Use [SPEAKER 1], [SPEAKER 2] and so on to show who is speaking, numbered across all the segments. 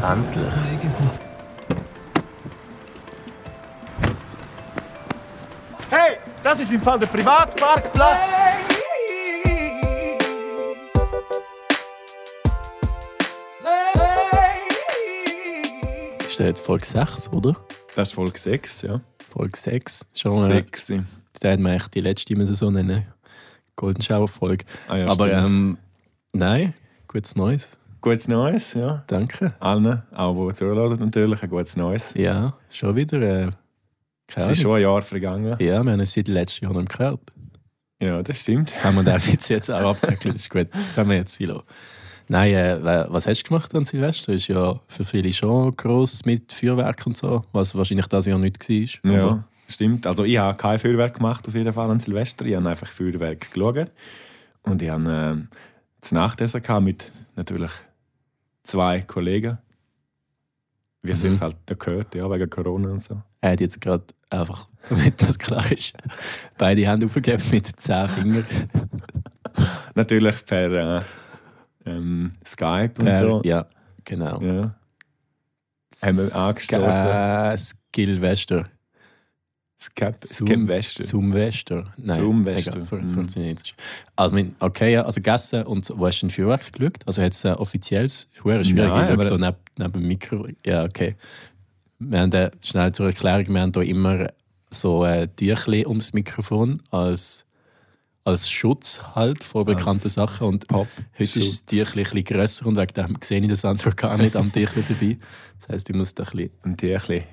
[SPEAKER 1] Endlich.
[SPEAKER 2] Hey, das ist im Fall der Privatparkplatz.
[SPEAKER 1] Ist das jetzt Folge 6, oder?
[SPEAKER 3] Das ist Folge 6, ja.
[SPEAKER 1] Folge 6. Schon äh,
[SPEAKER 3] Sexy.
[SPEAKER 1] da hätte man echt die letzte müssen so nennen. Golden Shower Folge.
[SPEAKER 3] Ah, ja,
[SPEAKER 1] Aber
[SPEAKER 3] stimmt.
[SPEAKER 1] ähm, nein, gutes Neues.
[SPEAKER 3] Gutes Neues, ja.
[SPEAKER 1] Danke.
[SPEAKER 3] Allen, auch die zuhören, natürlich ein gutes Neues.
[SPEAKER 1] Ja, schon wieder. Äh,
[SPEAKER 3] Es
[SPEAKER 1] keine
[SPEAKER 3] ist
[SPEAKER 1] Ahnung.
[SPEAKER 3] schon ein Jahr vergangen.
[SPEAKER 1] Ja, wir haben uns seit letztem Jahr nicht mehr gehört.
[SPEAKER 3] Ja, das stimmt.
[SPEAKER 1] Haben wir das jetzt, jetzt auch abgewickelt? Ist gut. Können wir jetzt silo. Nein, äh, wa- was hast du gemacht an Silvester? Ist ja für viele schon gross mit Feuerwerk und so, was wahrscheinlich das Jahr nicht war.
[SPEAKER 3] Ja, stimmt. Also ich habe kein Feuerwerk gemacht auf jeden Fall an Silvester. Ich habe einfach Feuerwerk geschaut. Und ich habe ähm, das Nachtessen gehabt mit natürlich zwei Kollegen. Wie es
[SPEAKER 1] Mhm.
[SPEAKER 3] sich halt da gehört, ja, wegen Corona und so.
[SPEAKER 1] Er hat jetzt gerade einfach, damit das klar ist, beide Hände aufgegeben mit zehn Fingern.
[SPEAKER 3] Natürlich per äh, ähm, Skype und
[SPEAKER 1] Per-
[SPEAKER 3] so.
[SPEAKER 1] Ja, genau.
[SPEAKER 3] Ja. Haben wir angeschlossen.
[SPEAKER 1] Äh, Skillwester.
[SPEAKER 3] Skep,
[SPEAKER 1] Zoom-
[SPEAKER 3] Skep Wester.
[SPEAKER 1] Zum Wester. Nein,
[SPEAKER 3] Zum Wester.
[SPEAKER 1] egal, fun-
[SPEAKER 3] Mhm.
[SPEAKER 1] Funktioniert nicht. Also, mein, okay, ja, also gegessen und so, wo hast du denn Feuerwerk geschaut? Also hat es ein offizielles, schwer schwierig,
[SPEAKER 3] Nein,
[SPEAKER 1] ich
[SPEAKER 3] aber-
[SPEAKER 1] schaue da neb, neben dem Mikro. Ja, okay. Wir haben da, schnell zur Erklärung, wir haben da immer so ein Tüchli ums Mikrofon als, als Schutz halt vor bekannten
[SPEAKER 3] Als
[SPEAKER 1] Sachen und heute ist das
[SPEAKER 3] Schutz.
[SPEAKER 1] Tüchli ein bisschen grösser und wegen dem sehe ich das andere gar nicht am Tüchli vorbei. Das heisst, ich muss da ein bisschen
[SPEAKER 3] Ein Tierchen.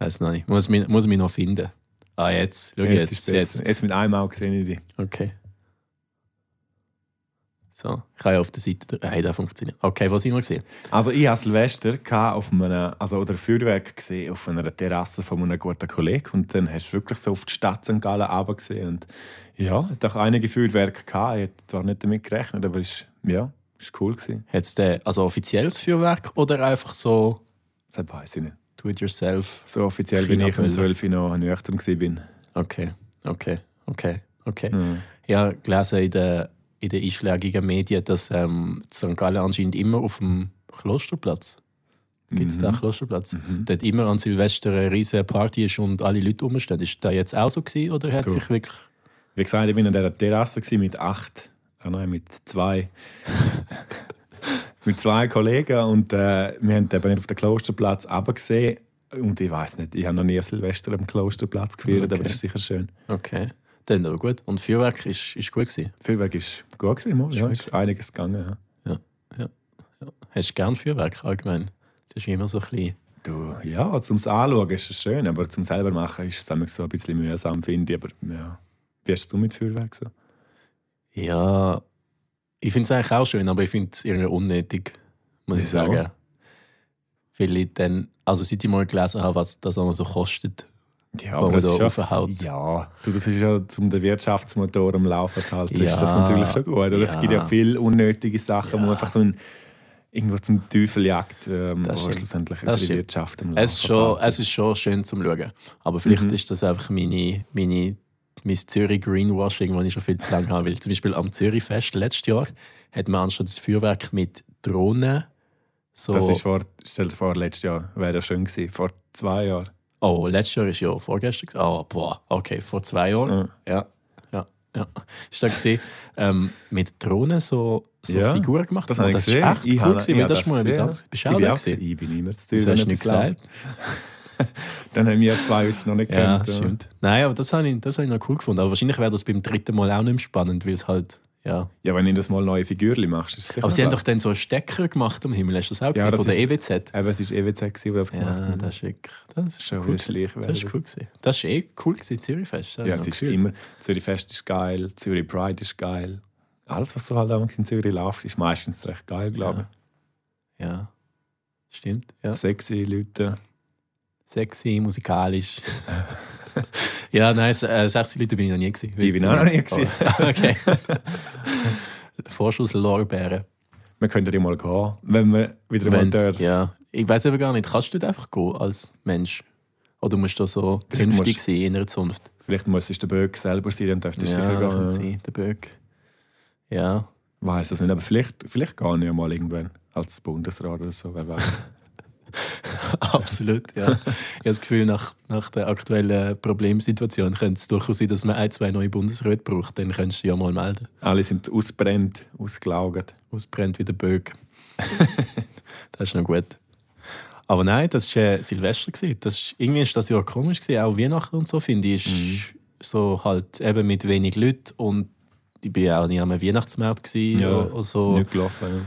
[SPEAKER 1] Weiß noch nicht. Muss mich, muss mich noch finden. Ah, jetzt. Schau
[SPEAKER 3] Jetzt,
[SPEAKER 1] jetzt.
[SPEAKER 3] ist
[SPEAKER 1] Jetzt.
[SPEAKER 3] besser. jetzt. mit einem Auge sehe ich dich.
[SPEAKER 1] Okay. So, ich habe ja auf der Seite. Hey, das funktioniert. Okay, was sind wir gesehen?
[SPEAKER 3] Also ich habe Silvester gehabt auf einem, also oder Feuerwerk gesehen auf einer Terrasse von einem guten Kollegen und dann hast du wirklich so auf die Stadt St. Gallen runter gesehen und ja, hat auch einige Feuerwerke gehabt. Ich hätte zwar nicht damit gerechnet, aber ist ja, ist cool gewesen.
[SPEAKER 1] Hat es also offizielles Feuerwerk oder einfach so
[SPEAKER 3] Das weiß ich nicht.
[SPEAKER 1] do it yourself?
[SPEAKER 3] So offiziell bin ich um
[SPEAKER 1] Kinderbilder.
[SPEAKER 3] 12 Uhr noch nüchtern gewesen bin.
[SPEAKER 1] Okay, okay, okay, okay.
[SPEAKER 3] Mhm.
[SPEAKER 1] Ich habe gelesen in den, in den einschlägigen Medien, dass ähm, St. Gallen anscheinend immer auf dem Klosterplatz. Gibt es da einen Klosterplatz?
[SPEAKER 3] Mhm.
[SPEAKER 1] Dort immer an Silvester eine riesige Party ist und alle Leute rumstehen. Ist das jetzt auch so gewesen oder hat
[SPEAKER 3] Du.
[SPEAKER 1] sich wirklich.
[SPEAKER 3] Wie gesagt, ich bin an dieser Terrasse gewesen mit acht, ah nein, mit zwei, mit zwei Kollegen und äh, wir haben eben nicht auf den Klosterplatz runtergesehen. Und ich weiß nicht, ich habe noch nie Silvester am Klosterplatz gefeiert,
[SPEAKER 1] Okay.
[SPEAKER 3] aber das ist sicher schön.
[SPEAKER 1] Okay, dann aber gut. Und Feuerwerk ist, ist gut gewesen.
[SPEAKER 3] Feuerwerk ist gut gewesen, mal, ja,
[SPEAKER 1] Schön.
[SPEAKER 3] ist einiges gegangen. Ja.
[SPEAKER 1] Hast du gern Feuerwerk allgemein? Das ist immer so ein bisschen.
[SPEAKER 3] Du, ja, zum Anschauen ist es schön, aber zum selber machen ist es immer so ein bisschen mühsam, finde ich. Aber ja, wie hast du mit Feuerwerk so?
[SPEAKER 1] Ja, ich finde es eigentlich auch schön, aber ich finde es irgendwie unnötig, muss ich
[SPEAKER 3] Wieso?
[SPEAKER 1] sagen. Weil ich dann, also seit ich mal gelesen habe, was das einmal so kostet,
[SPEAKER 3] Ja,
[SPEAKER 1] wo man da
[SPEAKER 3] schon-
[SPEAKER 1] raufhaut.
[SPEAKER 3] Ja, du, das ist ja, um den Wirtschaftsmotor am Laufen zu halten,
[SPEAKER 1] Ja.
[SPEAKER 3] ist das natürlich schon gut. Oder? Es
[SPEAKER 1] Ja.
[SPEAKER 3] gibt ja viele unnötige Sachen, wo
[SPEAKER 1] Ja.
[SPEAKER 3] einfach so ein, irgendwo zum Teufel jagt, ähm,
[SPEAKER 1] Das
[SPEAKER 3] wo
[SPEAKER 1] stimmt.
[SPEAKER 3] schlussendlich
[SPEAKER 1] Das
[SPEAKER 3] unsere
[SPEAKER 1] stimmt.
[SPEAKER 3] Wirtschaft am Laufen
[SPEAKER 1] Es, ist schon,
[SPEAKER 3] hält.
[SPEAKER 1] es ist schon schön zum Schauen. Aber vielleicht
[SPEAKER 3] Mhm.
[SPEAKER 1] ist das einfach meine, meine, mein Zürich Greenwashing, das ich schon viel zu lange habe. Weil zum Beispiel am Zürichfest letztes Jahr hat man anstatt das Feuerwerk mit Drohnen so.
[SPEAKER 3] Das ist vor, stell dir vor, letztes Jahr wäre das schön gewesen, vor zwei Jahren.
[SPEAKER 1] Oh, letztes Jahr ist ja vorgestern. gewesen. Ah, boah, okay, vor zwei Jahren.
[SPEAKER 3] Ja.
[SPEAKER 1] Ja, ja, ja. Ist da gesehen, ähm, mit Drohnen so, so
[SPEAKER 3] Ja,
[SPEAKER 1] Figur gemacht.
[SPEAKER 3] Das
[SPEAKER 1] Und
[SPEAKER 3] habe ich
[SPEAKER 1] das
[SPEAKER 3] gesehen.
[SPEAKER 1] ist echt
[SPEAKER 3] ich
[SPEAKER 1] cool
[SPEAKER 3] habe-
[SPEAKER 1] gewesen,
[SPEAKER 3] ich
[SPEAKER 1] weil
[SPEAKER 3] habe
[SPEAKER 1] das ist mal etwas
[SPEAKER 3] gesehen.
[SPEAKER 1] anderes. Bist du
[SPEAKER 3] ich
[SPEAKER 1] auch
[SPEAKER 3] bin
[SPEAKER 1] da
[SPEAKER 3] auch,
[SPEAKER 1] gewesen?
[SPEAKER 3] Ich bin immer zu Zürich,
[SPEAKER 1] Wieso hast du
[SPEAKER 3] wenn
[SPEAKER 1] nicht
[SPEAKER 3] etwas läuft.
[SPEAKER 1] gesagt?
[SPEAKER 3] Dann haben wir zwei uns noch nicht
[SPEAKER 1] Ja,
[SPEAKER 3] gekannt.
[SPEAKER 1] stimmt. Nein, aber das habe ich, das habe ich noch cool gefunden. Aber wahrscheinlich wäre das beim dritten Mal auch nicht mehr spannend, weil es halt, ja.
[SPEAKER 3] Ja, wenn du das mal neue Figürchen machst, ist es sicher
[SPEAKER 1] Aber sie haben
[SPEAKER 3] noch-
[SPEAKER 1] doch dann so einen Stecker gemacht am Himmel, hast du das auch
[SPEAKER 3] Ja,
[SPEAKER 1] gesehen?
[SPEAKER 3] das
[SPEAKER 1] Von der
[SPEAKER 3] ist-
[SPEAKER 1] EWZ.
[SPEAKER 3] Eben, es war EWZ, gewesen, die das gemacht
[SPEAKER 1] Ja,
[SPEAKER 3] hat.
[SPEAKER 1] das ist wirklich, das ist
[SPEAKER 3] Schon
[SPEAKER 1] cool.
[SPEAKER 3] wieder
[SPEAKER 1] gewesen.
[SPEAKER 3] Schleichwerbung.
[SPEAKER 1] Das ist cool gewesen. Das ist eh cool gewesen, Zürichfest.
[SPEAKER 3] Ja, es ist immer. Zürich Fest ist geil, Zürich Pride ist geil. Alles, was so halt damals in Zürich läuft, ist meistens recht geil, glaube ich.
[SPEAKER 1] Ja. Stimmt, ja.
[SPEAKER 3] Sexy Leute.
[SPEAKER 1] Sexy, musikalisch. ja, nein, s- äh, sechs Leute bin ich noch nie gewesen.
[SPEAKER 3] Ich bin auch noch nie gewesen.
[SPEAKER 1] Oh, okay. Vorschusslorbeeren.
[SPEAKER 3] Wir könnten ja mal gehen, wenn wir wieder mal
[SPEAKER 1] Wenn's-
[SPEAKER 3] dürfen.
[SPEAKER 1] Ja, ich weiß aber gar nicht, kannst du dort einfach gehen als Mensch? Oder musst du so
[SPEAKER 3] Vielleicht musst-
[SPEAKER 1] zünftig sein in einer Zunft?
[SPEAKER 3] Vielleicht müsstest du der Böck selber sein, dann dürftest du
[SPEAKER 1] ja,
[SPEAKER 3] sicher
[SPEAKER 1] kann
[SPEAKER 3] gehen.
[SPEAKER 1] sein, der Böck. Ja,
[SPEAKER 3] Weiß es nicht, aber vielleicht, vielleicht gehe ich ja mal irgendwann. als Bundesrat oder so, wer weiß.
[SPEAKER 1] Absolut, ja. Ich habe das Gefühl, nach, nach der aktuellen Problemsituation könnte es durchaus sein, dass man ein, zwei neue Bundesräte braucht. Dann könntest du dich ja mal melden.
[SPEAKER 3] Alle sind ausbrennt, ausgelagert.
[SPEAKER 1] Ausbrennt wie der Böck. das ist noch gut. Aber nein, das war äh, Silvester. gewesen. Das ist, irgendwie war das Jahr komisch. Gewesen. Auch Weihnachten und so, finde ich, ist
[SPEAKER 3] Mhm.
[SPEAKER 1] so halt eben mit wenig Leuten. Und ich war ja auch nie am Weihnachtsmarkt. Gewesen, oder so.
[SPEAKER 3] Nicht gelaufen. ja.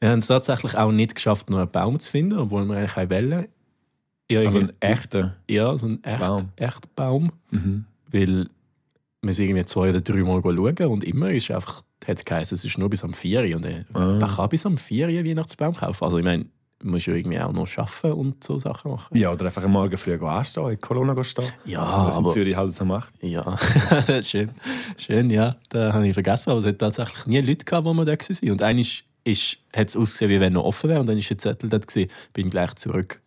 [SPEAKER 1] Wir haben es tatsächlich auch nicht geschafft, noch einen Baum zu finden, obwohl wir eigentlich wollen. Ja,
[SPEAKER 3] Also
[SPEAKER 1] irgendwie-
[SPEAKER 3] ein echter.
[SPEAKER 1] ja, so ein echt,
[SPEAKER 3] Baum.
[SPEAKER 1] Baum. echt Baum.
[SPEAKER 3] Mhm.
[SPEAKER 1] Weil wir sind irgendwie zwei oder drei Mal schauen und immer ist einfach, hat es geheißen, es ist nur bis am 4 Uhr. Und äh,
[SPEAKER 3] Ah.
[SPEAKER 1] wer kann bis am 4 Uhr einen Weihnachtsbaum kaufen? Also ich meine, du musst ja irgendwie auch noch arbeiten und so Sachen machen. Also,
[SPEAKER 3] Ja, oder einfach am Morgen früh gehen anstehen, in die Corona gehen stehen.
[SPEAKER 1] Ja,
[SPEAKER 3] Was in
[SPEAKER 1] Ah, aber-
[SPEAKER 3] Zürich halt so macht.
[SPEAKER 1] Ja, schön. Schön, ja. Da habe ich vergessen, aber es hat tatsächlich nie Leute gehabt, die wir da waren. Und einmal ist, ist, hat es ausgesehen, wie wenn noch offen wäre. Und dann war der Zettel dort, gewesen, bin gleich zurück.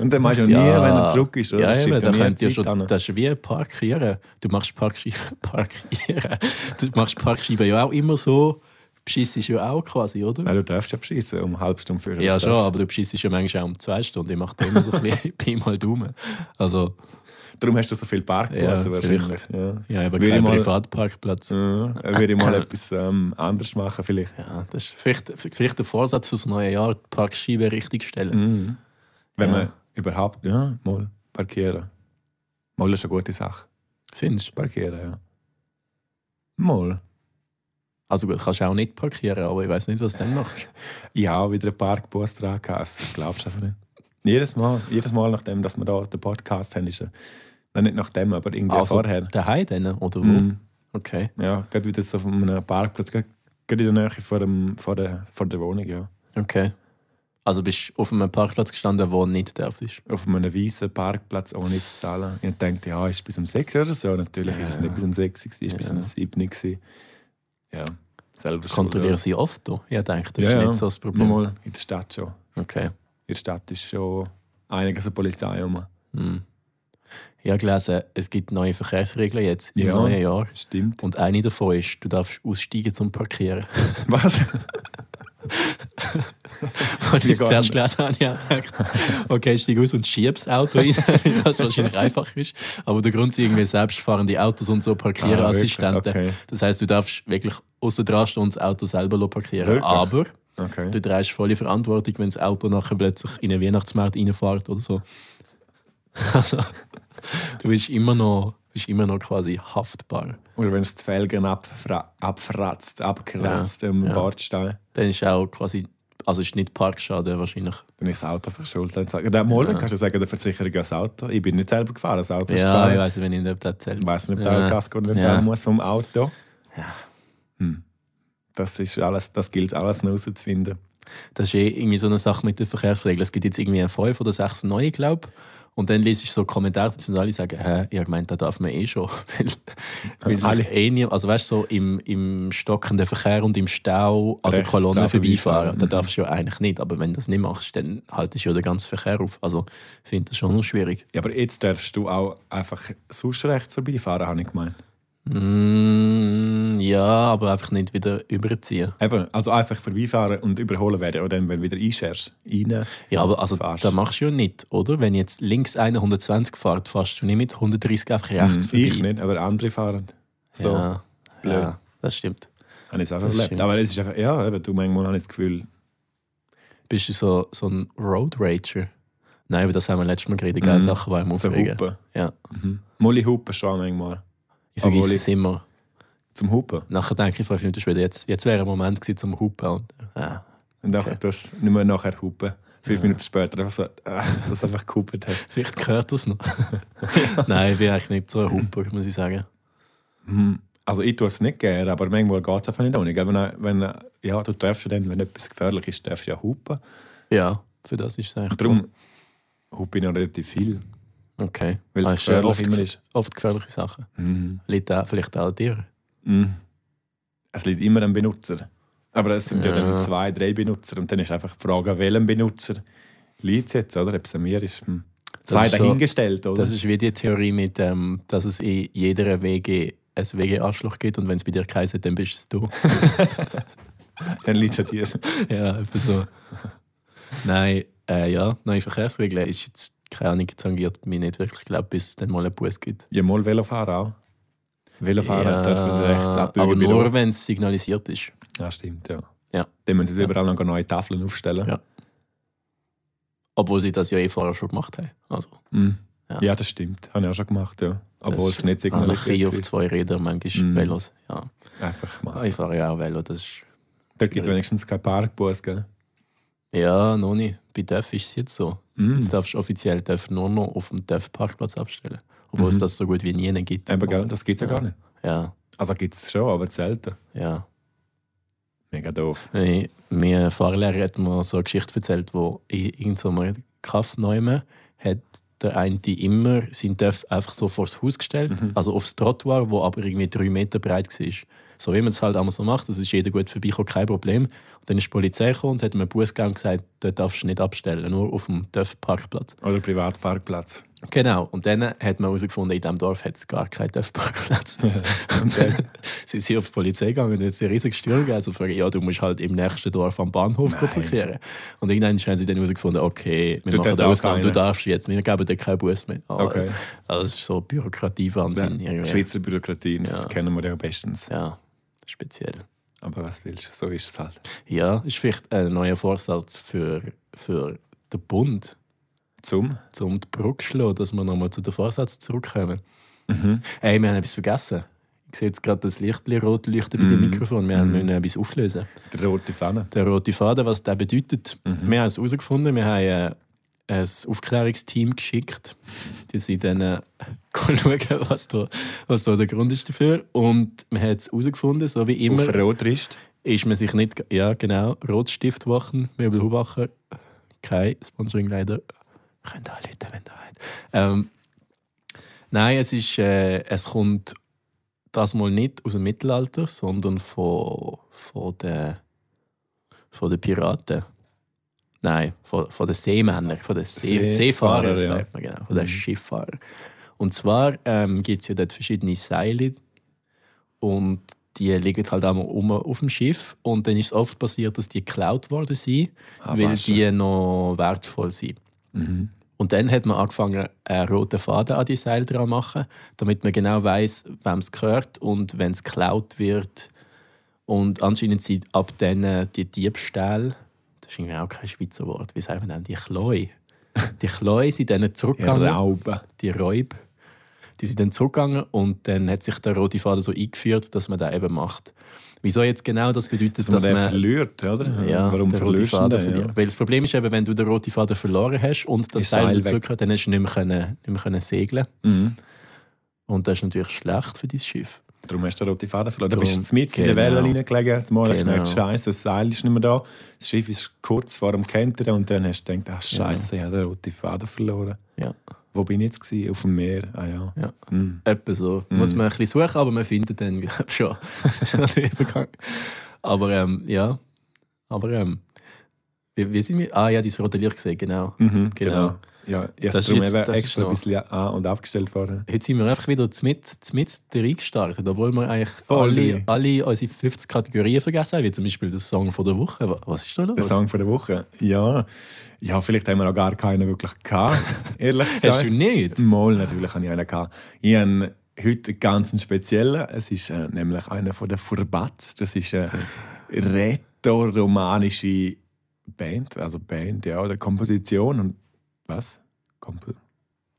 [SPEAKER 3] Und dann meinst du ja nie, wenn er zurück ist. Oder?
[SPEAKER 1] Ja,
[SPEAKER 3] Das steht
[SPEAKER 1] eben, da
[SPEAKER 3] nie
[SPEAKER 1] könnt ihr
[SPEAKER 3] Zeit
[SPEAKER 1] schon,
[SPEAKER 3] an.
[SPEAKER 1] das ist wie parkieren. Du machst Parkscheiben, parkieren. Du machst Parkscheiben ja auch immer so. Beschiss ist ja auch quasi, oder?
[SPEAKER 3] Nein, du darfst ja beschissen, um eine halbe Stunde früher.
[SPEAKER 1] Ja,
[SPEAKER 3] Das
[SPEAKER 1] schon,
[SPEAKER 3] darfst.
[SPEAKER 1] aber du beschiss ja manchmal auch um zwei Stunden. Ich mache da immer so ein bisschen Pi mal Daumen. Also,
[SPEAKER 3] Darum hast du so viel Parkplätze
[SPEAKER 1] Ja,
[SPEAKER 3] wahrscheinlich. Ja.
[SPEAKER 1] ja, eben
[SPEAKER 3] Würde ich
[SPEAKER 1] kein
[SPEAKER 3] mal-
[SPEAKER 1] Privatparkplatz.
[SPEAKER 3] Ja, würde ich mal etwas ähm, anders machen, vielleicht.
[SPEAKER 1] Ja, das ist vielleicht, vielleicht der Vorsatz fürs neue Jahr, die Parkscheibe richtig
[SPEAKER 3] Mhm.
[SPEAKER 1] stellen.
[SPEAKER 3] Wenn
[SPEAKER 1] Mhm. Ja.
[SPEAKER 3] man überhaupt, ja, mal parkieren. Mal ist eine gute Sache.
[SPEAKER 1] Findest du?
[SPEAKER 3] Parkieren, ja. Mal.
[SPEAKER 1] Also gut, kannst du auch nicht parkieren, aber ich weiß nicht, was du dann machst.
[SPEAKER 3] Ich habe auch wieder einen Parkbus dran gehabt. Das glaubst du einfach nicht. Jedes Mal, jedes Mal nachdem, dass wir da den Podcast haben, ist er, nein, nicht nachdem, aber irgendwie
[SPEAKER 1] Also,
[SPEAKER 3] vorher.
[SPEAKER 1] daheim dann, oder wo?
[SPEAKER 3] Mhm.
[SPEAKER 1] Okay,
[SPEAKER 3] Ja, gerade wieder so auf einem Parkplatz, gerade gerade in der Nähe vor, dem, vor, der, vor der Wohnung, ja.
[SPEAKER 1] okay. Also bist du auf einem Parkplatz gestanden, wo nicht darfst.
[SPEAKER 3] Auf einem weißen Parkplatz ohne zu zahlen. Ich dachte, ja, ist bis um 6 oder so. Natürlich ist es nicht bis um 6 gewesen, ist bis
[SPEAKER 1] Ja.
[SPEAKER 3] um 7 gewesen. Ja, selber schuld,
[SPEAKER 1] Kontrollieren
[SPEAKER 3] ja.
[SPEAKER 1] sie oft? da? Ich denke, das
[SPEAKER 3] Ja,
[SPEAKER 1] ist
[SPEAKER 3] ja.
[SPEAKER 1] nicht so das Problem.
[SPEAKER 3] Mal in der Stadt schon.
[SPEAKER 1] Okay.
[SPEAKER 3] In der Stadt ist schon einiges an Polizei rum.
[SPEAKER 1] Hm. Ich habe gelesen, es gibt neue Verkehrsregeln jetzt im
[SPEAKER 3] Ja.
[SPEAKER 1] neuen Jahr.
[SPEAKER 3] Stimmt.
[SPEAKER 1] Und eine davon ist, du darfst aussteigen zum Parkieren.
[SPEAKER 3] Was?
[SPEAKER 1] Als ich
[SPEAKER 3] Wie
[SPEAKER 1] das
[SPEAKER 3] geht
[SPEAKER 1] zuerst gelesen habe, habe ich auch gedacht, okay, steig aus und schieb das Auto rein, weil das wahrscheinlich einfacher ist. Aber der Grund sind irgendwie selbstfahrende Autos und so
[SPEAKER 3] Ah,
[SPEAKER 1] Parkierassistenten.
[SPEAKER 3] wirklich? Okay.
[SPEAKER 1] Das heißt, du darfst wirklich außen dran stehen und das Auto selber parkieren.
[SPEAKER 3] Wirklich?
[SPEAKER 1] Aber
[SPEAKER 3] Okay.
[SPEAKER 1] du trägst volle Verantwortung, wenn das Auto nachher plötzlich in einen Weihnachtsmarkt reinfährt oder so. Also, du bist immer noch, bist immer noch quasi haftbar.
[SPEAKER 3] Oder wenn es die Felgen abfra abfratzt, abkratzt am
[SPEAKER 1] ja.
[SPEAKER 3] Bordstein.
[SPEAKER 1] Dann ist auch quasi, also ist nicht Parkschaden wahrscheinlich.
[SPEAKER 3] Dann ist das Auto verschuldet. Dann sagen, dann mal, dann kannst du sagen, der Versicherung das Auto. Ich bin nicht selber gefahren, das Auto ist
[SPEAKER 1] Ja,
[SPEAKER 3] gefahren.
[SPEAKER 1] ich weiß nicht, wenn ich nicht erzählt.
[SPEAKER 3] Ich weiß nicht, ob
[SPEAKER 1] Ja.
[SPEAKER 3] der Kasko nicht
[SPEAKER 1] Ja.
[SPEAKER 3] zahlen muss vom Auto.
[SPEAKER 1] Ja.
[SPEAKER 3] Hm. Das, ist alles, das gilt alles noch herauszufinden.
[SPEAKER 1] Das ist eh irgendwie so eine Sache mit den Verkehrsregeln. Es gibt jetzt irgendwie fünf oder sechs neue, glaube ich. Und dann lese ich so Kommentare dazu und alle sagen, Hä, ich habe gemeint, da darf man eh schon. Weil, weil sich
[SPEAKER 3] Alle.
[SPEAKER 1] eh nie, also weißt du, so im, im stockenden Verkehr und im Stau an der
[SPEAKER 3] Rechts
[SPEAKER 1] Kolonne
[SPEAKER 3] dran
[SPEAKER 1] vorbeifahren,
[SPEAKER 3] vorbeifahren.
[SPEAKER 1] da
[SPEAKER 3] Mhm.
[SPEAKER 1] darfst du ja eigentlich nicht. Aber wenn du das nicht machst, dann haltest du ja den ganzen Verkehr auf. Also ich finde das schon noch schwierig.
[SPEAKER 3] Ja, aber jetzt darfst du auch einfach sonst rechts vorbeifahren, habe ich gemeint.
[SPEAKER 1] Mm, ja, aber einfach nicht wieder überziehen.
[SPEAKER 3] Eben, also einfach vorbeifahren und überholen werden. Oder dann, wenn du wieder einscherst. Rein.
[SPEAKER 1] Ja, aber also,
[SPEAKER 3] Fahrst.
[SPEAKER 1] das machst du ja nicht, oder? Wenn jetzt links einer 120 fährt, fährst du nicht mit 130 einfach rechts
[SPEAKER 3] Hm,
[SPEAKER 1] vorbei.
[SPEAKER 3] ich nicht, aber andere fahren. So.
[SPEAKER 1] Ja,
[SPEAKER 3] blöd.
[SPEAKER 1] ja, das stimmt.
[SPEAKER 3] Habe ich es auch
[SPEAKER 1] Das
[SPEAKER 3] erlebt.
[SPEAKER 1] stimmt.
[SPEAKER 3] Aber es ist einfach, ja, eben, du manchmal habe ich das Gefühl,
[SPEAKER 1] Bist du so, so ein Road Rager? Nein, über das haben wir letztes Mal geredet, gell?
[SPEAKER 3] Mhm.
[SPEAKER 1] Sachen, die einem
[SPEAKER 3] so
[SPEAKER 1] aufregen.
[SPEAKER 3] Hupen.
[SPEAKER 1] Ja,
[SPEAKER 3] Mhm. Molly Hupen schon manchmal.
[SPEAKER 1] ich
[SPEAKER 3] Obwohl
[SPEAKER 1] vergesse
[SPEAKER 3] ich-
[SPEAKER 1] es immer.
[SPEAKER 3] Zum Hupen.
[SPEAKER 1] Nachher denke ich fünf Minuten später, jetzt, jetzt wäre ein Moment gewesen zum Hupen. Und, ja.
[SPEAKER 3] Und nachher tust du nicht mehr nachher hupen. Fünf Minuten später einfach so, ah, dass du einfach gehupert hast.
[SPEAKER 1] vielleicht gehört das noch. Nein, ich bin eigentlich nicht so ein Humper, muss ich sagen.
[SPEAKER 3] Hm. Also ich tue es nicht gerne, aber manchmal geht es einfach nicht ohne. gell? Wenn, er- wenn, er- ja, du darfst ja dann, wenn etwas gefährlich ist, darfst du ja hupen.
[SPEAKER 1] Ja, für das ist es eigentlich.
[SPEAKER 3] Und darum hupe ich noch relativ viel,
[SPEAKER 1] Okay.
[SPEAKER 3] weil
[SPEAKER 1] Ah,
[SPEAKER 3] es
[SPEAKER 1] ist ja
[SPEAKER 3] gefährlich
[SPEAKER 1] oft,
[SPEAKER 3] immer ist.
[SPEAKER 1] oft gefährliche Sachen.
[SPEAKER 3] Mhm.
[SPEAKER 1] Liegt auch, vielleicht auch an dir.
[SPEAKER 3] Mhm. Es liegt immer am Benutzer. Aber es sind ja.
[SPEAKER 1] Ja.
[SPEAKER 3] dann zwei, drei Benutzer und dann ist einfach die Frage, an welchem Benutzer liegt es jetzt, oder? Ob es an mir ist. Hm.
[SPEAKER 1] Das
[SPEAKER 3] Sei
[SPEAKER 1] ist so-
[SPEAKER 3] dahingestellt, oder?
[SPEAKER 1] Das ist wie die Theorie mit, ähm, dass es in jeder WG ein WG-Arschloch gibt und wenn es bei dir keins hat, dann bist es du.
[SPEAKER 3] Dann liegt es an dir.
[SPEAKER 1] ja, etwa so. Nein, äh, ja, neue Verkehrsregeln ist jetzt, keine Ahnung, tangiert mich nicht wirklich, glaube bis es dann mal einen Bus gibt.
[SPEAKER 3] Ja, mal Velofahrer auch. Velofahrer
[SPEAKER 1] Ja,
[SPEAKER 3] dürfen rechts abbiegen.
[SPEAKER 1] aber
[SPEAKER 3] bei
[SPEAKER 1] nur,
[SPEAKER 3] Rot.
[SPEAKER 1] wenn es signalisiert ist.
[SPEAKER 3] Ja, stimmt, ja.
[SPEAKER 1] Ja.
[SPEAKER 3] Dann müssen sie
[SPEAKER 1] Ja.
[SPEAKER 3] überall noch neue Tafeln aufstellen.
[SPEAKER 1] Ja. Obwohl sie das ja eh vorher schon gemacht haben. Also,
[SPEAKER 3] Mhm.
[SPEAKER 1] Ja.
[SPEAKER 3] Ja, das stimmt. Habe ich auch schon gemacht, ja. Obwohl
[SPEAKER 1] das
[SPEAKER 3] es nicht
[SPEAKER 1] Anarchie Ah, auf
[SPEAKER 3] signalisiert
[SPEAKER 1] zwei Rädern, manchmal
[SPEAKER 3] Mhm.
[SPEAKER 1] Velos. Ja.
[SPEAKER 3] war. Einfach
[SPEAKER 1] Ah,
[SPEAKER 3] mal.
[SPEAKER 1] Ich fahre ja auch Velo, das ist...
[SPEAKER 3] Da gibt es wenigstens keinen Parkbus, gell?
[SPEAKER 1] Ja, noch nicht. Bei DEF ist es jetzt so.
[SPEAKER 3] Mhm.
[SPEAKER 1] Jetzt darfst du offiziell DEF nur noch auf dem DEF-Parkplatz abstellen. Obwohl es
[SPEAKER 3] Mhm.
[SPEAKER 1] das so gut wie nie gibt.
[SPEAKER 3] Eben, gell? Das gibt es ja.
[SPEAKER 1] Ja.
[SPEAKER 3] gar nicht.
[SPEAKER 1] Ja,
[SPEAKER 3] Also gibt es schon, aber selten.
[SPEAKER 1] ja.
[SPEAKER 3] Mega doof.
[SPEAKER 1] Hey, mein Fahrlehrer hat mir so eine Geschichte erzählt, wo in irgendeinem Kaff neume hat der eine immer sein Dörf einfach so vors Haus gestellt,
[SPEAKER 3] Mhm.
[SPEAKER 1] also aufs Trottoir, wo aber irgendwie drei Meter breit war. So wie man es halt immer so macht, das ist jeder gut vorbeikommen, kein Problem. Und dann ist die Polizei gekommen und hat mir Bußgang gesagt, dort darfst du nicht abstellen, nur auf dem Dörfparkplatz.
[SPEAKER 3] Oder Privatparkplatz.
[SPEAKER 1] Genau, und dann hat man herausgefunden, in diesem Dorf hat es gar keinen Dörfparkplatz.
[SPEAKER 3] Und dann-
[SPEAKER 1] Sie sind auf die Polizei gegangen und jetzt einen riesigen Sturm gegeben. Also fragen, ja, du musst halt im nächsten Dorf am Bahnhof
[SPEAKER 3] Nein.
[SPEAKER 1] parkieren. Und irgendwann haben sie dann herausgefunden, okay, wir
[SPEAKER 3] Du
[SPEAKER 1] machen
[SPEAKER 3] darfst
[SPEAKER 1] eine
[SPEAKER 3] auch
[SPEAKER 1] Ausnahme, du
[SPEAKER 3] keinen.
[SPEAKER 1] darfst jetzt, wir geben dir keinen Bus mehr. Aber-
[SPEAKER 3] Okay.
[SPEAKER 1] Also das ist so Bürokratie-Wahnsinn.
[SPEAKER 3] Ja.
[SPEAKER 1] irgendwie.
[SPEAKER 3] Schweizer Bürokratie, das
[SPEAKER 1] Ja.
[SPEAKER 3] kennen wir ja bestens.
[SPEAKER 1] Ja, speziell.
[SPEAKER 3] Aber was willst du, so ist es halt.
[SPEAKER 1] Ja, ist vielleicht ein neuer Vorsatz für, für den Bund,
[SPEAKER 3] Zum?
[SPEAKER 1] um die Brücke zu schlagen, dass wir nochmal zu den Vorsatz zurückkommen.
[SPEAKER 3] Mhm.
[SPEAKER 1] Ey, wir haben etwas vergessen. Ich sehe jetzt gerade das Licht rot leuchten bei dem
[SPEAKER 3] Mhm.
[SPEAKER 1] Mikrofon. Wir haben
[SPEAKER 3] Mhm.
[SPEAKER 1] müssen etwas auflösen.
[SPEAKER 3] Der rote Fahne.
[SPEAKER 1] der rote Faden, was der bedeutet.
[SPEAKER 3] Mhm.
[SPEAKER 1] Wir haben es herausgefunden, wir haben äh, ein Aufklärungsteam geschickt, die sind dann äh, schauen, was da, was da der Grund ist dafür. Und wir haben es herausgefunden, so wie immer,
[SPEAKER 3] Auf rot ist.
[SPEAKER 1] ist man sich nicht, ja genau, Rotstiftwochen, Möbel Hubacher, kein Sponsoring leider, könnt ihr Leute, wenn ihr wollt. Ähm, nein, es ist, äh, es kommt das mal nicht aus dem Mittelalter, sondern von, von den von den Piraten. Nein, von, von den Seemännern, von den See, Seefahrern,
[SPEAKER 3] Seefahrer, ja.
[SPEAKER 1] sagt man genau, von den
[SPEAKER 3] Mhm.
[SPEAKER 1] Schifffahrern. Und zwar ähm, gibt es ja dort verschiedene Seile und die liegen halt auch mal um auf dem Schiff und dann ist es oft passiert, dass die geklaut worden sind, weil
[SPEAKER 3] Abwaschen.
[SPEAKER 1] die noch wertvoll sind.
[SPEAKER 3] Mhm.
[SPEAKER 1] Und dann hat man angefangen, einen roten Faden an die Seile dran zu machen, damit man genau weiß, wem es gehört und wenn es geklaut wird. Und anscheinend sind ab dann äh, die Diebstähle, das ist irgendwie auch kein Schweizer Wort, wie sagen wir denn, die Chloi. Die Chloi sind dann
[SPEAKER 3] Ja,
[SPEAKER 1] zurückgegangen
[SPEAKER 3] Rauben.
[SPEAKER 1] die Räub. Die sind dann zurückgegangen und dann hat sich der rote Faden so eingeführt, dass man das eben macht. Wieso jetzt genau das bedeutet,
[SPEAKER 3] Dass
[SPEAKER 1] dass,
[SPEAKER 3] man den
[SPEAKER 1] man.
[SPEAKER 3] verliert, oder?
[SPEAKER 1] Ja,
[SPEAKER 3] Warum
[SPEAKER 1] den roten
[SPEAKER 3] verlierst du
[SPEAKER 1] Faden
[SPEAKER 3] den?
[SPEAKER 1] verliert.
[SPEAKER 3] Ja.
[SPEAKER 1] Weil das Problem ist eben, wenn du den roten Faden verloren hast und das
[SPEAKER 3] Ist
[SPEAKER 1] Seil
[SPEAKER 3] Seil
[SPEAKER 1] wieder
[SPEAKER 3] weg.
[SPEAKER 1] zurückgehört, dann hast du nicht mehr, können, nicht mehr können segeln
[SPEAKER 3] Mhm.
[SPEAKER 1] Und das ist natürlich schlecht für dein Schiff.
[SPEAKER 3] Darum hast du den roten Faden verloren. Du
[SPEAKER 1] Darum-
[SPEAKER 3] bist mit in der
[SPEAKER 1] Genau.
[SPEAKER 3] Welle reingelegen, zumal hast du
[SPEAKER 1] Genau.
[SPEAKER 3] gemerkt, Scheiße, das Seil ist nicht mehr da. Das Schiff ist kurz vor dem Kentern und dann hast du gedacht, ach Scheiße, ich habe den roten Faden verloren.
[SPEAKER 1] Ja.
[SPEAKER 3] Wo bin ich jetzt? Gewesen? Auf dem Meer? Ah ja.
[SPEAKER 1] Ja.
[SPEAKER 3] Mhm.
[SPEAKER 1] Etwa so. Muss man ein bisschen suchen, aber man findet dann glaub, ich, schon, schon den Übergang. Aber ähm, ja. Aber ähm, wie, wie sind wir? Ah ja, dein rote Licht gesehen, genau.
[SPEAKER 3] Mhm,
[SPEAKER 1] Genau.
[SPEAKER 3] genau. Ja, ich
[SPEAKER 1] Das
[SPEAKER 3] habe
[SPEAKER 1] ist
[SPEAKER 3] darum
[SPEAKER 1] jetzt-
[SPEAKER 3] eben
[SPEAKER 1] das ist
[SPEAKER 3] extra ein
[SPEAKER 1] noch-
[SPEAKER 3] bisschen an- und abgestellt worden.
[SPEAKER 1] Heute sind wir einfach wieder mit, mit reingestartet, obwohl wir eigentlich
[SPEAKER 3] Voll
[SPEAKER 1] alle,
[SPEAKER 3] rein.
[SPEAKER 1] alle unsere 50 Kategorien vergessen haben, wie zum Beispiel der Song von der Woche. Wa- Was ist da los?
[SPEAKER 3] Der Song von der Woche. Ja. Ja, vielleicht haben wir auch gar keinen wirklich gehabt, ehrlich gesagt.
[SPEAKER 1] Hast du nicht?
[SPEAKER 3] Mal natürlich habe ich einen gehabt. Ich habe heute einen ganz speziellen. Es ist äh, nämlich einer von den Furbatz. Das ist eine rätoromanische Band, also Band, ja, oder Komposition und was? Kompo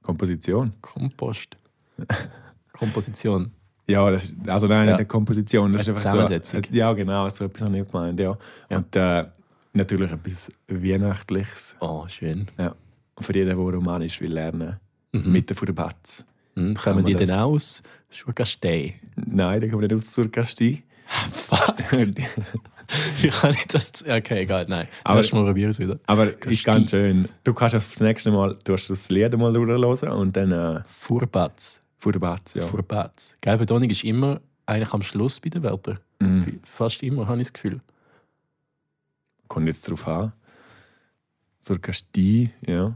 [SPEAKER 3] Komposition?
[SPEAKER 1] Kompost. Komposition.
[SPEAKER 3] Ja, das, ist- also
[SPEAKER 1] Ja.
[SPEAKER 3] nein, nicht eine Komposition. Das
[SPEAKER 1] Eine
[SPEAKER 3] ist einfach so,
[SPEAKER 1] Zusammensetzung.
[SPEAKER 3] ja, genau, so etwas habe ich gemeint, ja.
[SPEAKER 1] Ja.
[SPEAKER 3] Und äh, natürlich etwas Weihnachtliches
[SPEAKER 1] Oh, schön.
[SPEAKER 3] für jeden, der Romanisch will lernen
[SPEAKER 1] Mhm.
[SPEAKER 3] mit den Furbatz.
[SPEAKER 1] Mhm.
[SPEAKER 3] Kann
[SPEAKER 1] Kommen
[SPEAKER 3] man
[SPEAKER 1] die
[SPEAKER 3] das-
[SPEAKER 1] denn aus? Schurkastei.
[SPEAKER 3] Nein, da kommen wir nicht aus Surkasti.
[SPEAKER 1] Wie kann ich das? Okay, egal, nein.
[SPEAKER 3] Aber-
[SPEAKER 1] Erst mal probieren es wieder.
[SPEAKER 3] Aber ist ganz
[SPEAKER 1] Kasti.
[SPEAKER 3] schön. Äh, Du kannst das nächste Mal du hast das Lied mal durchhören und dann äh,
[SPEAKER 1] Furbatz.
[SPEAKER 3] Furbatz, ja.
[SPEAKER 1] Furbatz. Gell, Betonung ist immer eigentlich am Schluss bei den Wörtern.
[SPEAKER 3] Mhm.
[SPEAKER 1] Fast immer, habe ich das Gefühl.
[SPEAKER 3] Kommt jetzt drauf an. Surkasti, ja.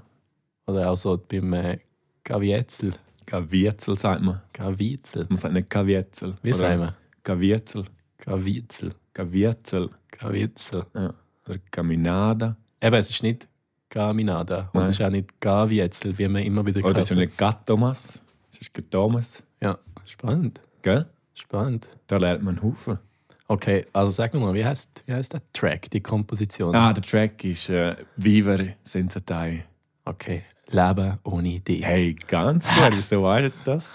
[SPEAKER 1] Oder auch so beim äh, Gavietzel.
[SPEAKER 3] Kavietzel sagt man.
[SPEAKER 1] Gavietzel.
[SPEAKER 3] Man sagt nicht Kavietzel.
[SPEAKER 1] Wie
[SPEAKER 3] oder
[SPEAKER 1] sagen wir?
[SPEAKER 3] Kavietzel.
[SPEAKER 1] Gavizel.
[SPEAKER 3] Gavierzel
[SPEAKER 1] Gavizel.
[SPEAKER 3] oder Gaminada.
[SPEAKER 1] Eben, es ist nicht Gaminada. Und es
[SPEAKER 3] Nein.
[SPEAKER 1] ist auch nicht Gavietzel, wie man immer wieder
[SPEAKER 3] Oder
[SPEAKER 1] hört.
[SPEAKER 3] so eine Gattomas. Das ist Gattomas.
[SPEAKER 1] Oh, Ja, spannend.
[SPEAKER 3] Gell?
[SPEAKER 1] Spannend.
[SPEAKER 3] Da lernt man einen Haufen.
[SPEAKER 1] Okay, also sag mir mal, wie heißt, wie heißt der Track, die Komposition?
[SPEAKER 3] Ah, der Track ist äh, Vivere senza te.
[SPEAKER 1] Okay, Leben ohne dich.
[SPEAKER 3] Hey, ganz gut. Wieso weißt du das?